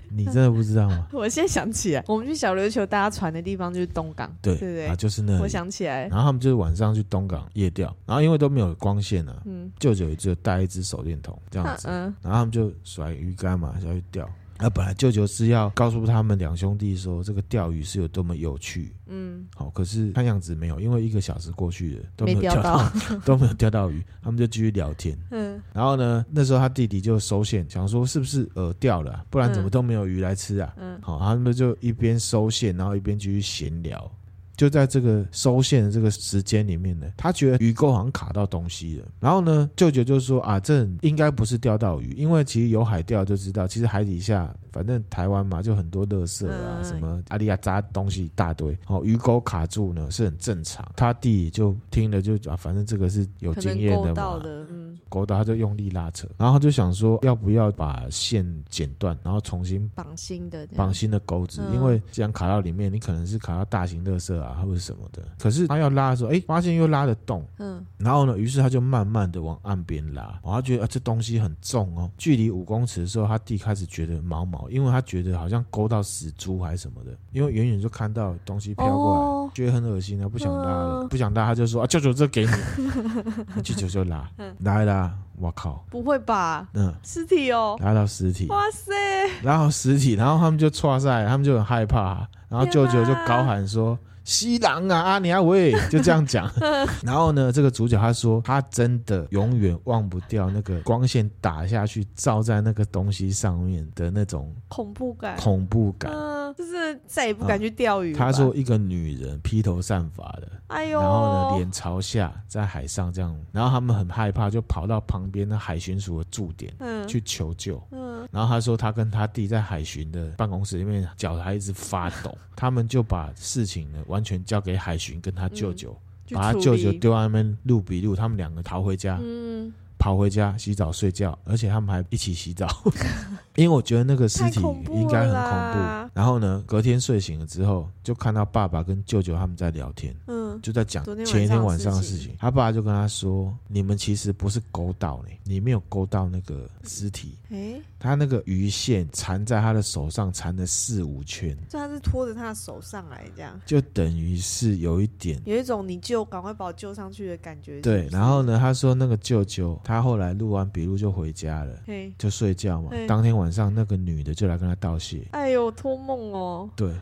你真的不知道吗？我现在想起来，我们去小琉球搭船的地方就是东港，对，对不对啊，就是那我里。想起来，然后他们就是晚上去东港夜钓，然后因为都没有光线啊，嗯，舅舅也只有带一只手电筒这样那子，嗯，然后他们就甩鱼竿嘛，下去钓。那本来舅舅是要告诉他们两兄弟说这个钓鱼是有多么有趣，嗯，好，可是看样子没有，因为一个小时过去了都没没有钓钓到，都没有钓到鱼，他们就继续聊天。嗯，然后呢，那时候他弟弟就收线，想说是不是饵掉了啊、不然怎么嗯都没有鱼来吃啊？嗯好，他们就一边收线，然后一边继续闲聊。就在这个收线的这个时间里面呢，他觉得鱼钩好像卡到东西了。然后呢，舅舅就说啊，这应该不是钓到鱼，因为其实有海钓就知道，其实海底下反正台湾嘛，就很多垃圾啊，嗯什么阿里亚扎东西一大堆。哦，鱼钩卡住呢是很正常。他弟就听了就啊，反正这个是 有可经能验的够嘛，到的，嗯，勾到，他就用力拉扯，然后他就想说要不要把线剪断，然后重新绑新的这样，绑新的钩子，嗯因为这样卡到里面，你可能是卡到大型垃圾啊或者什么的。可是他要拉的时候，哎，发现又拉得动，嗯，然后呢，于是他就慢慢的往岸边拉，然后他觉得啊这东西很重哦，距离五公尺的时候，他弟开始觉得毛毛，因为他觉得好像勾到死猪还是什么的，因为远远就看到东西飘过来。哦觉得很恶心啊，不想拉了，嗯不想拉，他就说啊，舅舅这给你， 舅舅就 拉，嗯拉一拉，我靠，不会吧？嗯，尸体哦，拉到尸体，哇塞，拉到尸体，然后他们就唰赛，他们就很害怕，然后舅舅就高喊说。西郎啊，阿娘喂， 就这样讲。然后呢，这个主角他说，他真的永远忘不掉那个光线打下去照在那个东西上面的那种恐怖感，恐怖感。嗯，就是再也不敢去钓鱼了吧。他说，一个女人披头散发的，哎呦，然后呢，脸朝下在海上这样，然后他们很害怕，就跑到旁边的海巡署的驻点嗯，去求救。嗯，然后他说，他跟他弟在海巡的办公室里面，脚还一直发 抖。他们就把事情呢完全交给海巡跟他舅舅，嗯去把他处舅舅理，丢在那边路比路，他们两个逃回家，嗯，跑回家洗澡睡觉，而且他们还一起洗 澡。因为我觉得那个尸体太恐怖了应该很恐怖啦。然后呢，隔天睡醒了之后，就看到爸爸跟舅舅他们在聊天。嗯，就在讲昨天晚上前一天晚上的的事事情，他爸就跟他说：“你们其实不是勾到呢，你没有勾到那个尸体，哎，他那个鱼线缠在他的手上，缠了四五圈，所以他是拖着他的手上来这样。就等于是有一点有一种你救，赶快把我救上去的感觉。是对不。是然后？呢，他说那个舅舅，他后来录完笔录就回家了，嘿，就睡觉嘛对。当天晚上那个女的就来跟他道谢，哎呦，托梦 哦， 对，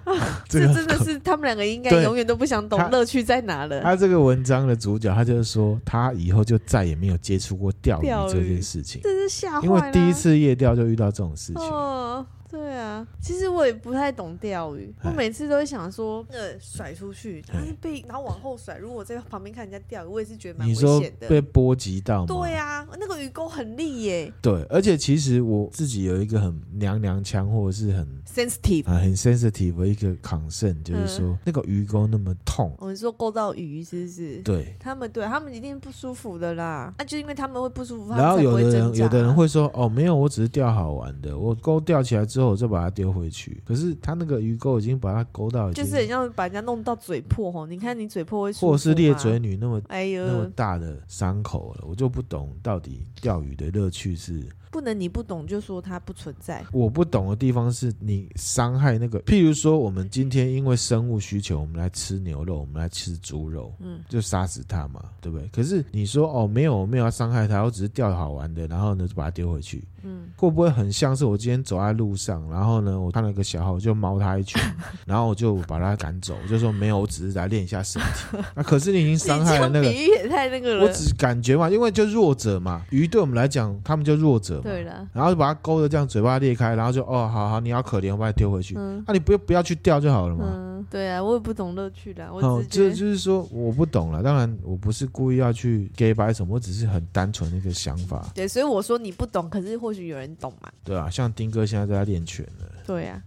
这个真的是他们两个应该对永远都不想懂他乐趣在哪了。他这个文章的主角，他就是说他以后就再也没有接触过钓鱼钓鱼这件事情，真是吓坏因了啊为第一，次夜钓就遇到这种事情。嗯，对啊，其实我也不太懂钓鱼，我哎每次都会想说，呃，甩出去，然后哎被然后往后甩。如果在旁边看人家钓鱼，我也是觉得蛮你说危险的。被波及到吗？对啊呀、那个鱼钩很利耶对，而且其实我自己有一个很娘娘腔，或者是很，sensitive。啊很 sensitive 的一个嗯 concern，就是说、那个鱼钩那么痛，我们说勾到鱼是不是？对。他们对他们一定不舒服的啦，那、就因为他们会不舒服，他们然后才不有会的挣人扎啊有的人会说哦没有，我只是钓好玩的，我钩钓起来之后我再把它丢回去。可是他那个鱼钩已经把它勾到已经，就是很像把人家弄到嘴破吼，你看你嘴破会舒服或者是裂吗嘴，女那么哎那么呦，大的伤口了，我就不懂到底钓鱼的乐趣是。不能你不懂就说它不存在，我不懂的地方是你伤害那个，譬如说我们今天因为生物需求，我们来吃牛肉，我们来吃猪肉，嗯，就杀死它嘛，对不对？可是你说哦没有，我没有要伤害它，我只是钓好玩的，然后呢就把它丢回去，嗯，会不会很像是我今天走在路上，然后呢我看到一个小孩，我就猫它一 拳，然后我就把它赶走，我就说没有，我只是来练一下身 体。那、可是你已经伤害了那你个这样比喻也太那个我了，只感觉嘛，因为就弱者嘛，鱼对我们来讲，他们就弱者嘛。对了，然后就把它勾的这样，嘴巴裂开，然后就哦，好好，你要可怜，我把你丢回去。那、嗯你不要不要去钓就好了嘛。嗯，对啊，我也不懂乐趣啦，我哦，只这是觉就是说我不懂了。当然，我不是故意要去 gay 白什么，我只是很单纯的一个想法得，，对，所以我说你不懂，可是或许有人懂嘛，对啊，像丁哥现在在练拳了，对啊，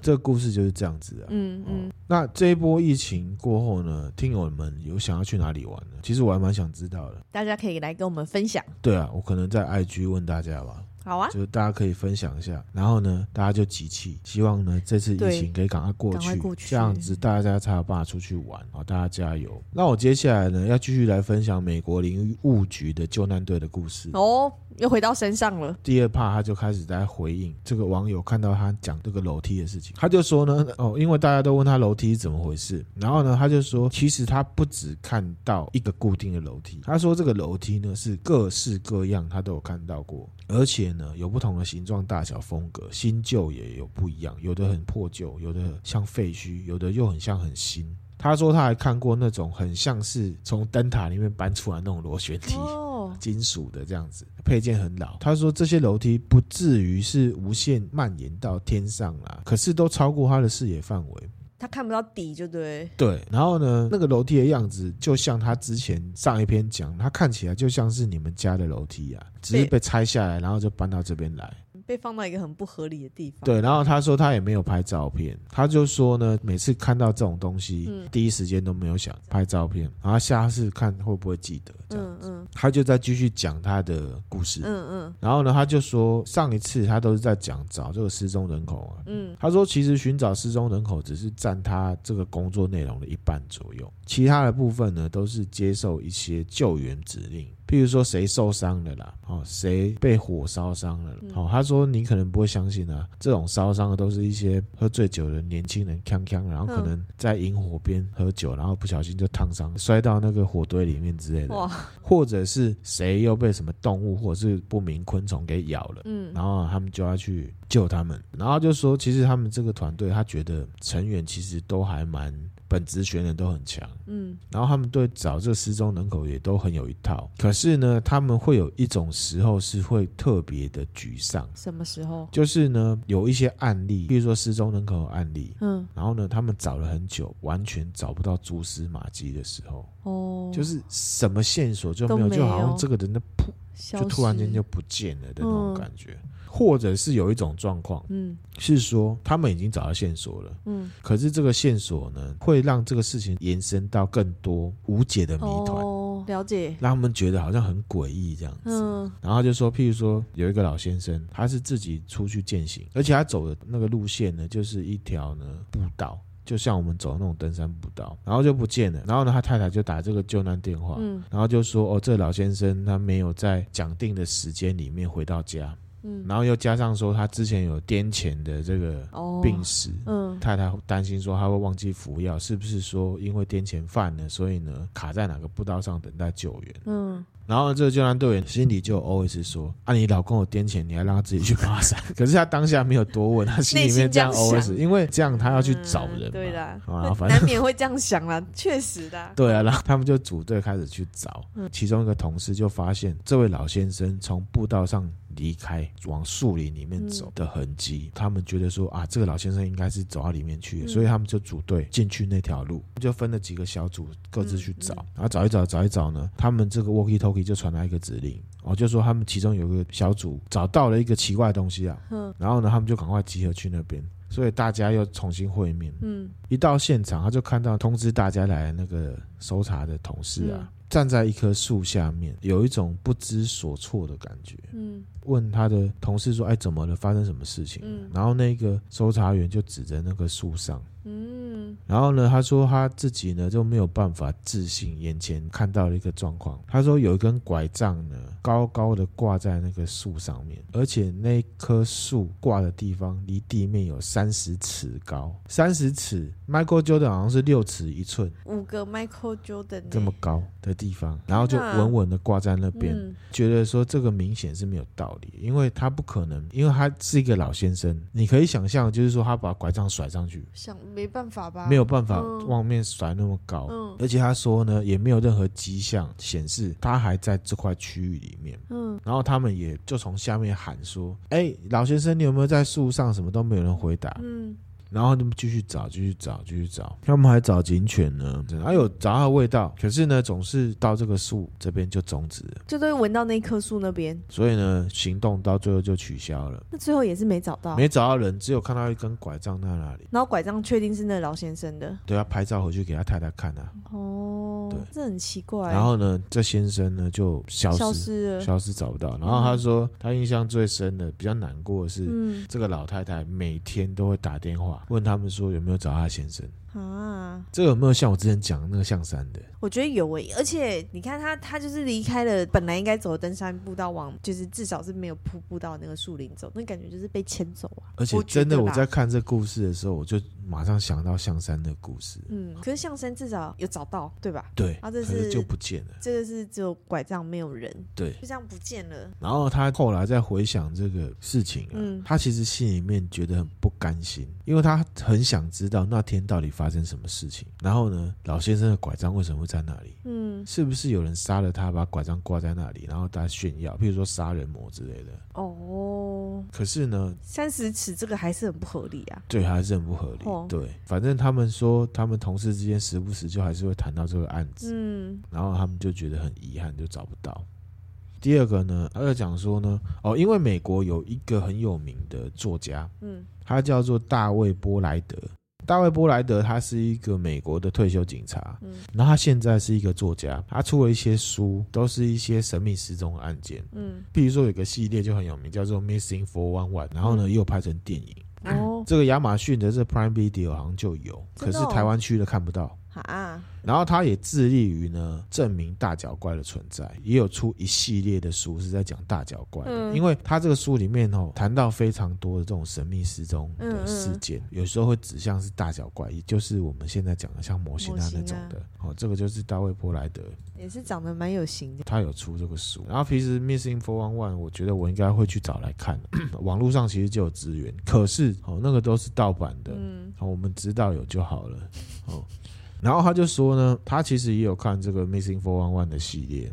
这个故事就是这样子啊。嗯嗯哦，那这一波疫情过后呢，听友们有想要去哪里玩呢？其实我还蛮想知道的。大家可以来跟我们分享，对啊，我可能在 IG 问大家吧。好啊，就是大家可以分享一下，然后呢，大家就集气，希望呢这次疫对情可以赶快过赶快去，过去这样子大家才有办法出去玩好，大家加油！那我接下来呢要继续来分享美国林务局的救难队的故事。哦，又回到身 上了，第二趴，他就开始在回应这个网友看到他讲这个楼梯的事情，他就说呢，哦，因为大家都问他楼梯是怎么回事，然后呢，他就说，其实他不只看到一个固定的楼梯，他说这个楼梯呢是各式各样，他都有看到过，而且呢有不同的形状、大小、风格，新旧也有不一样，有的很破旧，有的像废墟，有的又很像很新。他说他还看过那种很像是从灯塔里面搬出来那种螺旋梯。哦，金属的这样子，配件很老。他说这些楼梯不至于是无限蔓延到天上啦，可是都超过他的视野范围。他看不到底就对，对，然后呢，那个楼梯的样子就像他之前上一篇讲，他看起来就像是你们家的楼梯啊，只是对被拆下来，然后就搬到这边来。被放到一个很不合理的地方，嗯对，然后他说他也没有拍照片，他就说呢，每次看到这种东西，嗯第一时间都没有想拍照片，然后下次看会不会记得这样。嗯嗯他就再继续讲他的故事。嗯嗯然后呢，他就说上一次他都是在讲找这个失踪人口啊。嗯，他说，其实寻找失踪人口只是占他这个工作内容的一半左右，其他的部分呢都是接受一些救援指令，譬如说谁受伤了啦，哦，谁被火烧伤了啦，嗯哦，他说你可能不会相信啊，这种烧伤的都是一些喝醉酒的年轻人，锵锵，然后可嗯能在萤火边喝酒，然后不小心就烫伤，摔到那个火堆里面之类的。哇，或者是谁又被什么动物或者是不明昆虫给咬了。嗯然后他们就要去救他们，然后就说，其实他们这个团队，他觉得成员其实都还蛮本职学能都很强，嗯然后他们对找这失踪人口也都很有一套。可是呢，他们会有一种时候是会特别的沮丧，什么时候？就是呢有一些案例，比如说失踪人口的案例，嗯然后呢他们找了很久，完全找不到蛛丝马迹的时候，哦，就是什么线索就没都有，没就好像有这个人的噗消就突然间失就不见了的那种嗯感觉，或者是有一种状况嗯是说他们已经找到线索了，嗯可是这个线索呢会让这个事情延伸到更多无解的谜团，哦，了解，让他们觉得好像很诡异这样子。嗯然后就说，譬如说有一个老先生，他是自己出去践行，而且他走的那个路线呢，就是一条呢步道。就像我们走那种登山步道，然后就不见了。然后呢，他太太就打这个救难电话，嗯然后就说哦，这老先生他没有在讲定的时间里面回到家，嗯，然后又加上说他之前有癫痫的这个哦，病史，嗯太太担心说他会忘记服药，是不是说因为癫痫犯了，所以呢卡在哪个步道上等待救援？嗯然然后这个救难队员心里就 always 说：“啊，你老公有颠钱，你还让他自己去爬山。” 可是他当下没有多问，他心里面这样内心这样 always，想因为这样他要去找人嘛、嗯对啦，好啦反正难免会这样想啦，确实 的啊。对啊，然后他们就组队开始去找，嗯其中一个同事就发现这位老先生从步道上离开，往树林里面嗯走的痕迹。他们觉得说啊，这个老先生应该是走到里面去的，嗯所以他们就组队进去那条路，就分了几个小组各自去嗯找，然后找一找找一找呢，他们这个 walkie talkie 就传来一个指令，哦，就说他们其中有个小组找到了一个奇怪的东西啊，嗯然后呢，他们就赶快集合去那边。所以大家又重新会面，嗯，一到现场，他就看到通知大家来的那个搜查的同事啊，嗯站在一棵树下面，有一种不知所措的感觉。嗯问他的同事说：“哎，怎么了？发生什么事情了？”嗯然后那个搜查员就指着那个树上，嗯然后呢，他说他自己呢就没有办法置信眼前看到的一个状况。他说有一根拐杖呢高高的挂在那个树上面，而且那棵树挂的地方离地面有三十尺高，三十尺，Michael Jordan 好像是六尺一寸五个 Michael Jordan 这么欸高的地方，然后就天哪稳稳的挂在那边。嗯觉得说这个明显是没有道理，因为他不可能，因为他是一个老先生，你可以想象，就是说他把拐杖甩上去，想没办法吧？没有办法嗯往面甩那么高。嗯而且他说呢，也没有任何迹象显示他还在这块区域里面。嗯然后他们也就从下面喊说：“哎，老先生，你有没有在树上？”什么都没有人回答。嗯然后他们继续找，继续找，继续找。他们还找警犬呢，哎还有找到味道，可是呢，总是到这个树这边就终止了。就都会闻到那棵树那边，所以呢，行动到最后就取消了，那最后也是没找到。没找到人，只有看到一根拐杖在那里。然后拐杖确定是那老先生的对，他拍照回去给他太太看啊。哦对，这很奇怪。然后呢，这先生呢就消失消失了，消失找不到。然后他说，他印象最深的、比较难过的是，嗯这个老太太每天都会打电话问他们说有没有找她先生。啊，这个有没有像我之前讲的那个象山的？我觉得有诶、而且你看他，他就是离开了本来应该走的登山步道往，就是至少是没有瀑布到那个树林走，那感觉就是被牵走啊。而且我觉真的，得我啦在看这故事的时候，我就马上想到象山的故事。嗯，可是象山至少有找到，对吧？对，啊可这是是就不见了。这个是只有拐杖没有人，对，就这样不见了。然后他后来在回想这个事情啊，嗯他其实心里面觉得很不甘心，因为他很想知道那天到底发生什么事情。然后呢，老先生的拐杖为什么会在那里？嗯，是不是有人杀了他，把拐杖挂在那里，然后大家炫耀，譬如说杀人魔之类的？哦，可是呢，三十尺这个还是很不合理啊。对，还是很不合理。哦对，反正他们说，他们同事之间时不时就还是会谈到这个案子。嗯然后他们就觉得很遗憾，就找不到。第二个呢，二讲说呢，哦，因为美国有一个很有名的作家，嗯他叫做大卫·波莱德。大卫·波莱德他是一个美国的退休警察，嗯然后他现在是一个作家，他出了一些书，都是一些神秘失踪的案件。嗯，比如说有个系列就很有名，叫做《Missing Four One One》，然后呢嗯也有拍成电影。哦这个亚马逊的这 Prime Video 好像就有，可真的是哦台湾区的看不到。啊，然后他也致力于呢证明大脚怪的存在，也有出一系列的书是在讲大脚怪的。嗯因为他这个书里面哦谈到非常多的这种神秘失踪的事件，嗯有时候会指向是大脚怪，也就是我们现在讲的像模型啊模型那啊种的。哦，这个就是大卫波莱德也是长得蛮有型的。他有出这个书。然后平时 Missing Four One One，我觉得我应该会去找来看， 网络上其实就有资源，可是哦那个都是盗版的。嗯好，我们知道有就好了。 哦，然后他就说呢，他其实也有看这个 Missing Four One One 的系列，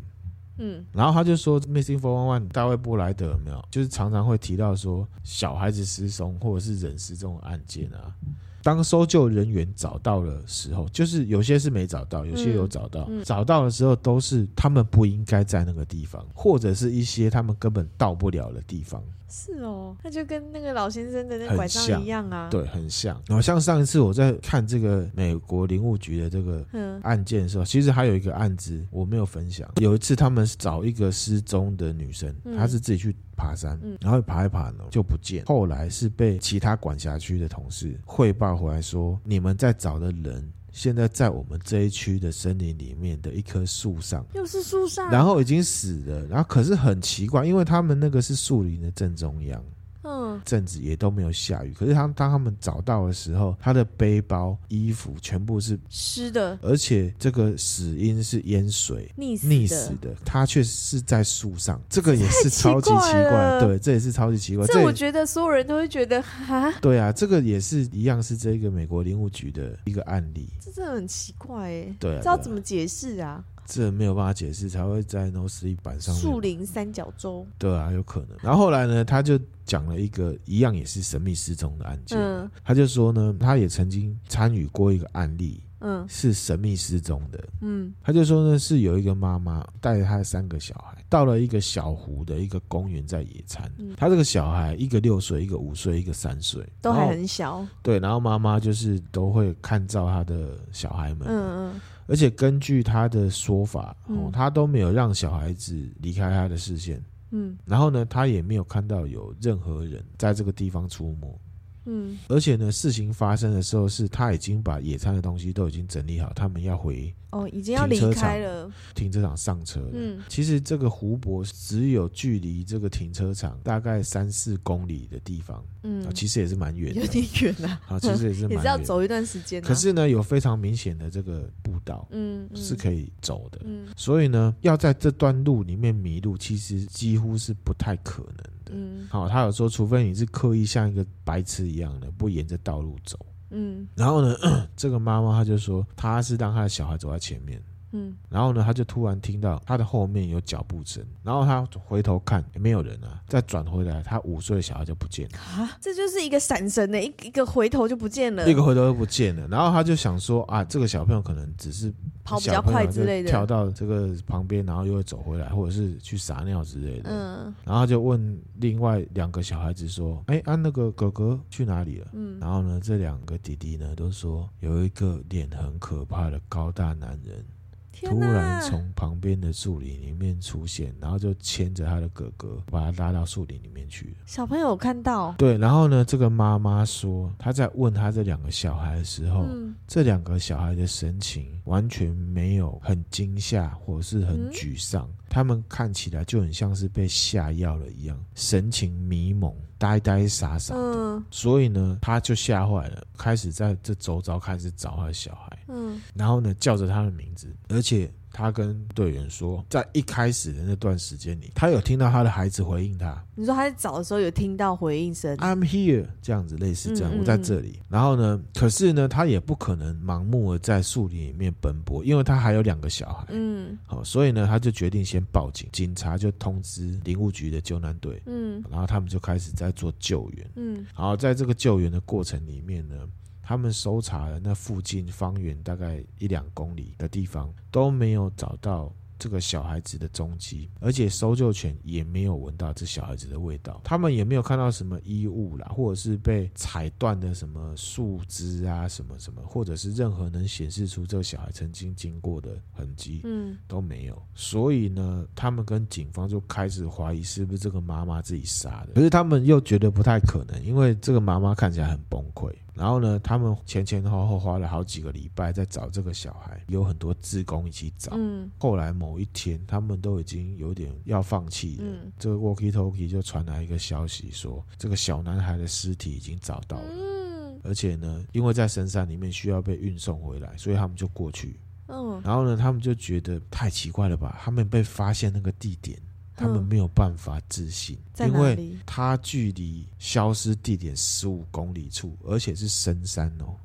嗯然后他就说 Missing Four One One 大卫布莱德有没有，就是常常会提到说小孩子失踪或者是人失踪的案件啊。当搜救人员找到的时候，就是有些是没找到，有些有找到。嗯嗯找到的时候都是他们不应该在那个地方，或者是一些他们根本到不了的地方。是哦，那就跟那个老先生的那很拐像杖一样啊。，对，很像。然后像上一次我在看这个美国林务局的这个嗯案件的时候，其实还有一个案子我没有分享。有一次他们找一个失踪的女生，嗯她是自己去爬山，嗯然后爬一爬呢就不见。后来是被其他管辖区的同事汇报回来说，你们在找的人现在在我们这一区的森林里面的一棵树上。又是树上，然后已经死了，然后可是很奇怪，因为他们那个是树林的正中央，嗯阵子也都没有下雨，可是他当他们找到的时候，他的背包、衣服全部是，湿的，而且这个死因是淹水。溺死溺的死的，他却是在树上，这个也是超级太奇奇怪了对，这也是超级奇怪，这我也觉得所有人都会觉得， 哈，对啊，这个也是一样，是这个美国林务局的一个案例，这真的很奇怪哎，对啊，这要对啊怎么解释啊？这没有办法解释，才会在 No Sleep 版上面树林三角洲，对啊，有可能。然后后来呢，他就讲了一个一样也是神秘失踪的案件。嗯他就说呢，他也曾经参与过一个案例，嗯是神秘失踪的。嗯他就说呢，是有一个妈妈带着她的三个小孩到了一个小湖的一个公园在野餐。嗯他这个小孩一个六岁，一个五岁，一个三岁，都然还后很小，对。然后妈妈就是都会看照他的小孩们，嗯嗯而且根据他的说法，哦嗯，他都没有让小孩子离开他的视线。嗯然后呢，他也没有看到有任何人在这个地方出没。嗯，而且呢，事情发生的时候是他已经把野餐的东西都已经整理好，他们要回哦，已经要离停车场开了，停车场上车了。嗯其实这个湖泊只有距离这个停车场大概三四公里的地方，嗯啊，，其实也是蛮远有的点远啊，啊，其实也是 也蛮是要远的。走一段时间啊，可是呢，有非常明显的这个步道嗯，嗯是可以走的，嗯所以呢，要在这段路里面迷路，其实几乎是不太可能的。嗯好，他有说，除非你是刻意像一个白痴一样的不沿着道路走。嗯然后呢， 这个妈妈她就说，她是让她的小孩走在前面。嗯然后呢，她就突然听到她的后面有脚步声，然后她回头看，也没有人啊。再转回来，她五岁的小孩就不见了，啊，这就是一个闪神的，一一个回头就不见 了，一个回头就不见了。然后她就想说啊，这个小朋友可能只是跑比小较朋友快之就类的，跳到这个旁边，然后又会走回来，或者是去撒尿之类的。嗯然后她就问另外两个小孩子说：“哎，啊那个哥哥去哪里了？”嗯然后呢，这两个弟弟呢都说有一个脸很可怕的高大男人天突然哪从旁边的树林里面出现，然后就牵着他的哥哥把他拉到树林里面去了。小朋友有看到，对，然后呢，这个妈妈说她在问她这两个小孩的时候，嗯这两个小孩的神情完全没有很惊吓或是很嗯沮丧，他们看起来就很像是被下药了一样，神情迷蒙、呆呆傻傻的。嗯所以呢，他就吓坏了，开始在这周遭开始找他的小孩，嗯然后呢叫着他的名字，而且他跟队员说，在一开始的那段时间里，他有听到他的孩子回应他你说他在找的时候有听到回应声， “I'm here” 这样子，类似这样，嗯嗯我在这里。然后呢，可是呢，他也不可能盲目的在树林里面奔波，因为他还有两个小孩。嗯好，所以呢，他就决定先报警，警察就通知林务局的救难队，嗯然后他们就开始在做救援。嗯好，在这个救援的过程里面呢，他们搜查了那附近方圆大概一两公里的地方，都没有找到这个小孩子的踪迹，而且搜救犬也没有闻到这小孩子的味道，他们也没有看到什么衣物啦，或者是被踩断的什么树枝啊，什么什么，或者是任何能显示出这个小孩曾经经过的痕迹。嗯都没有，所以呢，他们跟警方就开始怀疑是不是这个妈妈自己杀的。可是他们又觉得不太可能，因为这个妈妈看起来很崩溃。然后呢，他们前前后后花了好几个礼拜在找这个小孩，有很多志工一起找。嗯后来某一天，他们都已经有点要放弃了。嗯这个 walkie talkie 就传来一个消息说，这个小男孩的尸体已经找到了，嗯而且呢，因为在深山里面需要被运送回来，所以他们就过去。嗯，然后呢，他们就觉得太奇怪了吧？他们被发现那个地点，他们嗯没有办法置信，在因哪为里？它距离消失地点十五公里处，而且是深山哦。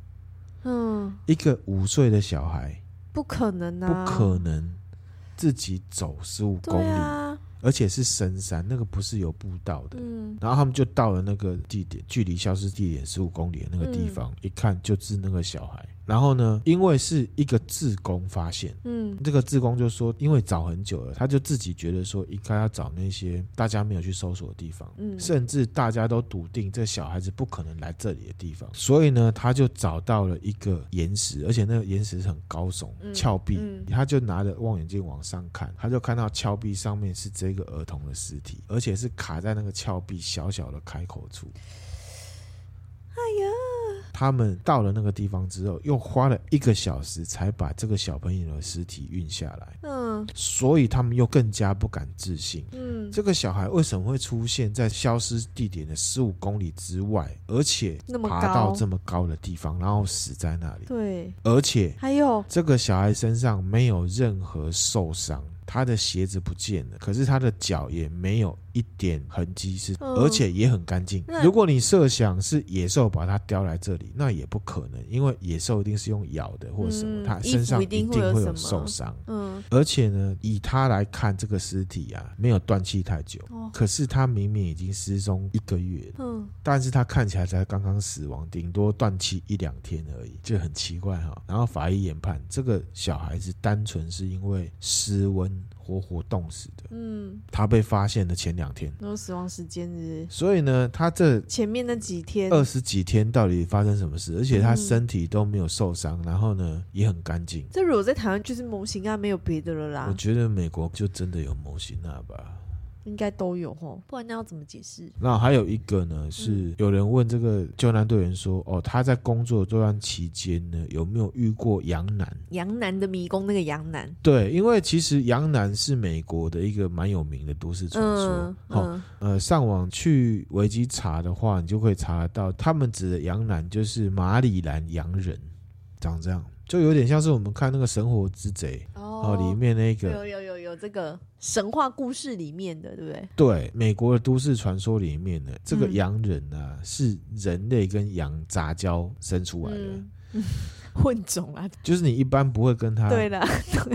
嗯，一个五岁的小孩不可能不啊，可能自己走十五公对里，啊，而且是深山，那个不是有步道的。嗯然后他们就到了那个地点，距离消失地点十五公里的那个地嗯方，一看就是那个小孩。然后呢，因为是一个志工发现。嗯这个志工就说，因为找很久了，他就自己觉得说应该要找那些大家没有去搜索的地方，嗯，甚至大家都笃定这小孩子不可能来这里的地嗯方，所以呢，他就找到了一个岩石，而且那个岩石是很高耸、嗯峭壁，嗯他就拿着望远镜往上看，他就看到峭壁上面是这个儿童的尸体，而且是卡在那个峭壁小小的开口处。哎他们到了那个地方之后，又花了一个小时才把这个小朋友的尸体运下来，嗯所以他们又更加不敢置信。嗯嗯，这个小孩为什么会出现在消失地点的十五公里之外，而且那么爬高到这么高的地方，然后死在那里？对，而且还有这个小孩身上没有任何受伤，他的鞋子不见了，可是他的脚也没有一点痕迹是，嗯而且也很干净那。如果你设想是野兽把它叼来这里，那也不可能，因为野兽一定是用咬的或者什么，嗯它衣服身上一一定定会有会什么有受伤。嗯而且呢，以他来看这个尸体啊，没有断气太久，哦可是他明明已经失踪一个月了，嗯，但是他看起来才刚刚死亡，顶多断气一两天而已，就很奇怪哈、然后法医研判，这个小孩子单纯是因为失温活活冻死的，嗯，他被发现的前两天，那种死亡时间日所以呢，他这前面那几天，二十几天到底发生什么事？而且他嗯身体都没有受伤，然后呢也很干净。这如果在台湾就是模型啊案没有别的了啦我，觉得美国就真的有模型那吧。应该都有吼，不然那要怎么解释？那还有一个嗯呢，是有人问这个救难队员说：“哦，他在工作这段期间呢，有没有遇过羊男杨南的迷宫那个杨南，？”对，因为其实羊男是美国的一个蛮有名的都市传说嗯。好、嗯呃，上网去维基查的话，你就可以查得到，他们指的羊男就是马里兰洋人，长这样，就有点像是我们看那个《神火之贼》哦，里面那个有有有有这个神话故事里面的，对不对？对，美国的都市传说里面呢，这个嗯羊人啊，是人类跟羊杂交生出来的，嗯，混种啊，就是你一般不会跟它，对了，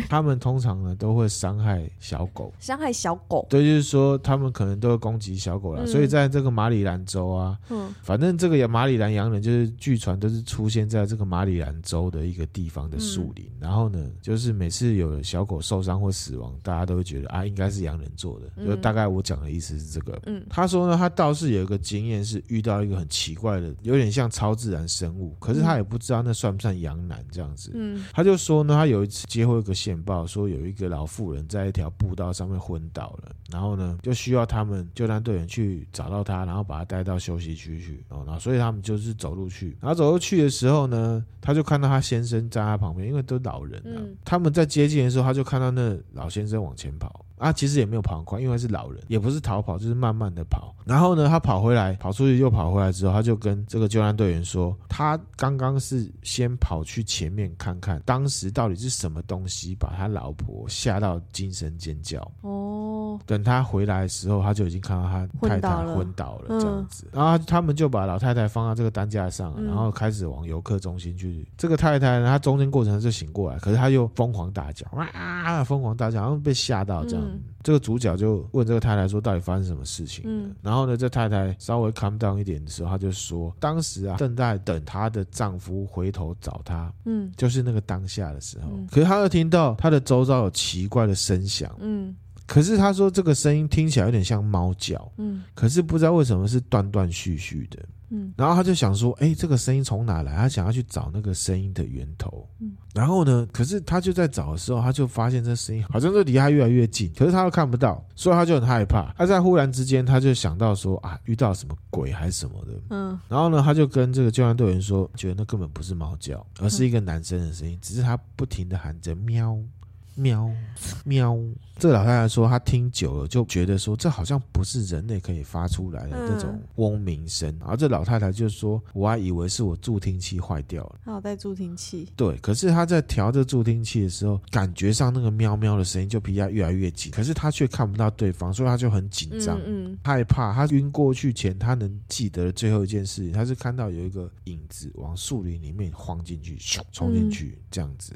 他们通常呢都会伤害小狗。伤害小狗，对，就是说他们可能都会攻击小狗啦，嗯所以在这个马里兰州啊，嗯反正这个马里兰羊人就是据传都是出现在这个马里兰州的一个地方的树嗯林，然后呢，就是每次有小狗受伤或死亡，大家都会觉得啊，应该是羊人做的，嗯就大概我讲的意思是这个。嗯他说呢，他倒是有一个经验，是遇到一个很奇怪的，有点像超自然生物，可是他也不知道那算不算羊男这样子。嗯他就说呢，他有一次接获一个线报，说有一个老妇人在一条步道上面昏倒了，然后呢，就需要他们救难队员去找到她，然后把她带到休息区去。哦，然后所以他们就是走路去，然后走路去的时候呢，他就看到他先生站在旁边，因为都老人啊，嗯他们在接近的时候，他就看到那老先生往前跑。啊，其实也没有跑很快，因为是老人，也不是逃跑，就是慢慢的跑。然后呢，他跑回来，跑出去又跑回来之后，他就跟这个救援队员说，他刚刚是先跑去前面看看，当时到底是什么东西把他老婆吓到惊声尖叫。哦，等他回来的时候，他就已经看到他太昏倒太了昏倒了嗯这样子，然后他们就把老太太放到这个担架上，嗯然后开始往游客中心去。这个太太呢，她中间过程就醒过来，可是她又疯狂大叫，哇，疯狂大叫，好像被吓到这样。嗯这个主角就问这个太太说，到底发生什么事情？嗯然后呢，这太太稍微 calm down 一点的时候，她就说，当时啊正在等她的丈夫回头找她，嗯就是那个当下的时候。嗯可是她又听到她的周遭有奇怪的声响，嗯可是他说这个声音听起来有点像猫叫，嗯可是不知道为什么是断断续续的。嗯然后他就想说，哎，这个声音从哪来？他想要去找那个声音的源头。嗯然后呢，可是他就在找的时候，他就发现这声音好像就离他越来越近，可是他又看不到，所以他就很害怕。他在忽然之间，他就想到说啊，遇到什么鬼还是什么的。嗯然后呢，他就跟这个救援队员说，觉得那根本不是猫叫，而是一个男生的声音，只是他不停的喊着喵喵喵。这个老太太说，她听久了就觉得说，这好像不是人类可以发出来的嗯那种嗡鸣声。然后这老太太就说，我还以为是我助听器坏掉了。还有带助听器，对，可是她在调这助听器的时候，感觉上那个喵喵的声音就离她越来越近，可是她却看不到对方，所以她就很紧张。嗯害怕，他晕过去前，他能记得的最后一件事情，他是看到有一个影子往树林里面晃进去，咻冲嗯进去、这样子。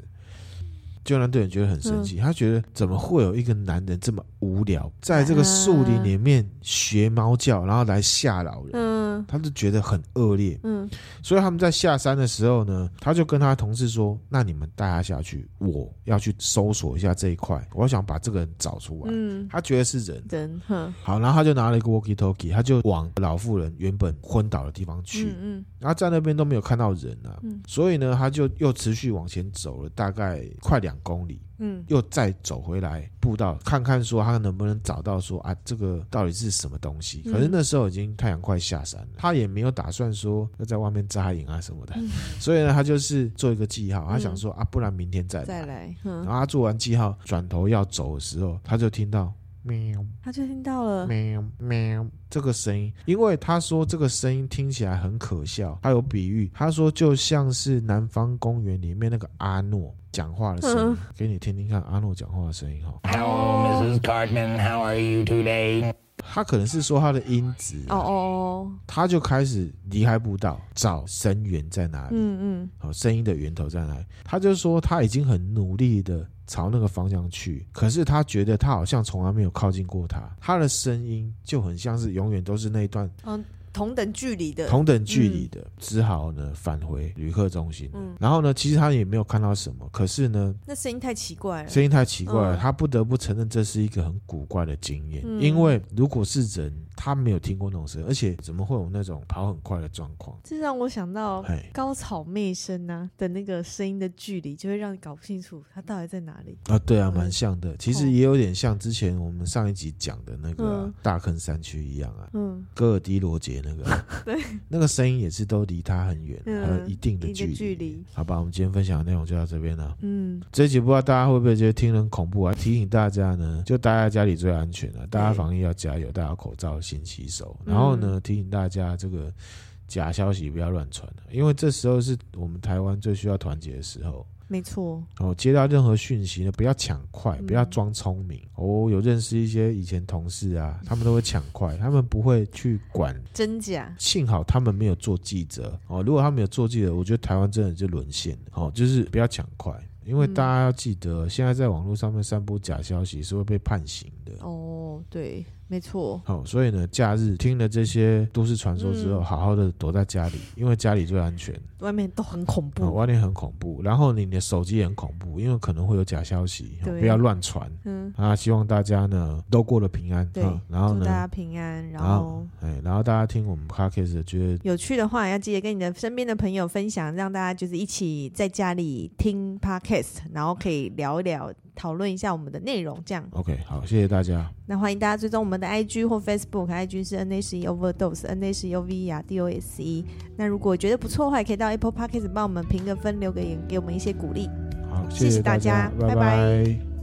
救难队员觉得很生气，他觉得怎么会有一个男人这么无聊，在这个树林里面学猫叫，然后来吓老人，嗯他就觉得很恶劣。嗯所以他们在下山的时候呢，他就跟他同事说：“那你们带他下去，我要去搜索一下这一块，我想把这个人找出来。嗯，他觉得是人，真哼，好，然后他就拿了一个 walkie talkie，他就往老妇人原本昏倒的地方去，嗯嗯然后在那边都没有看到人啊，嗯所以呢，他就又持续往前走了大概快两公里，嗯又再走回来步道，看看说他能不能找到说啊，这个到底是什么东西？嗯可是那时候已经太阳快下山了，他也没有打算说要在外面扎营啊什么的，嗯 所以呢，他就是做一个记号，他想嗯说啊，不然明天再来。再来，然嗯后他做完记号，转头要走的时候，他就听到喵他就听到了，喵喵这个声音，因为他说这个声音听起来很可笑，他有比喻，他说就像是南方公园里面那个阿诺讲话的嗯声音，给你听听看阿诺讲话的声音哈。 Hello, Mrs. Cartman. How are you today? 他可能是说他的音质，啊哦哦哦，他就开始离开步道找声源在哪里，嗯嗯，好、声音的源头在哪里。他就说他已经很努力的朝那个方向去，可是他觉得他好像从来没有靠近过他，他的声音就很像是永远都是那一段嗯，同等距离的，同等距离的，只好呢返回旅客中心了。嗯然后呢，其实他也没有看到什么，可是呢，那声音太奇怪了，声音太奇怪了，嗯他不得不承认这是一个很古怪的经验，嗯因为如果是人，他没有听过那种声音，而且怎么会有那种跑很快的状况？这让我想到哎高草妹声呐、的那个声音的距离，就会让你搞不清楚它到底在哪里。啊，对啊，嗯蛮像的，其实也有点像之前我们上一集讲的那个啊、嗯大坑山区一样啊。嗯，戈尔迪罗杰那个啊， 对那个声音也是都离他很远，嗯还有一定的一距定的离。距离好吧，我们今天分享的内容就到这边了。嗯，这一集不知道大家会不会觉得听得很恐怖啊？提醒大家呢，就待在家里最安全了、大家防疫要加油，戴好口罩，勤洗手。然后呢，提醒大家这个假消息不要乱传了、因为这时候是我们台湾最需要团结的时候。没错，哦，接到任何讯息呢，不要抢快，嗯不要装聪明。哦，有认识一些以前同事啊，他们都会抢快，他们不会去管。真假？幸好他们没有做记者哦，如果他们有做记者，我觉得台湾真的就沦陷了。哦，就是不要抢快，因为嗯大家要记得，现在在网络上面散播假消息是会被判刑的。哦，对，没错。好、所以呢，假日听了这些都市传说之后，嗯好好的躲在家里，因为家里最安全。外面都很恐怖。哦，外面很恐怖，然后你的手机也很恐怖，因为可能会有假消息，哦对不要乱传嗯，啊！希望大家呢都过得平安，对嗯然后呢祝大家，平安。然然后后哎，然后大家听我们 podcast 觉得有趣的话，要记得跟你的身边的朋友分享，让大家就是一起在家里听 podcast，然后可以聊一聊，讨论一下我们的内容。这样， OK，好，谢谢大家，那欢迎大家追踪我们的 IG 或 Facebook，IG 是 N A 十一 Overdose，N A 十 U V 啊 D O S E。那如果觉得不错的话，也可以到 Apple Podcast 帮我们评个分，留个言，给我们一些鼓励。好，谢谢谢大大家拜拜拜拜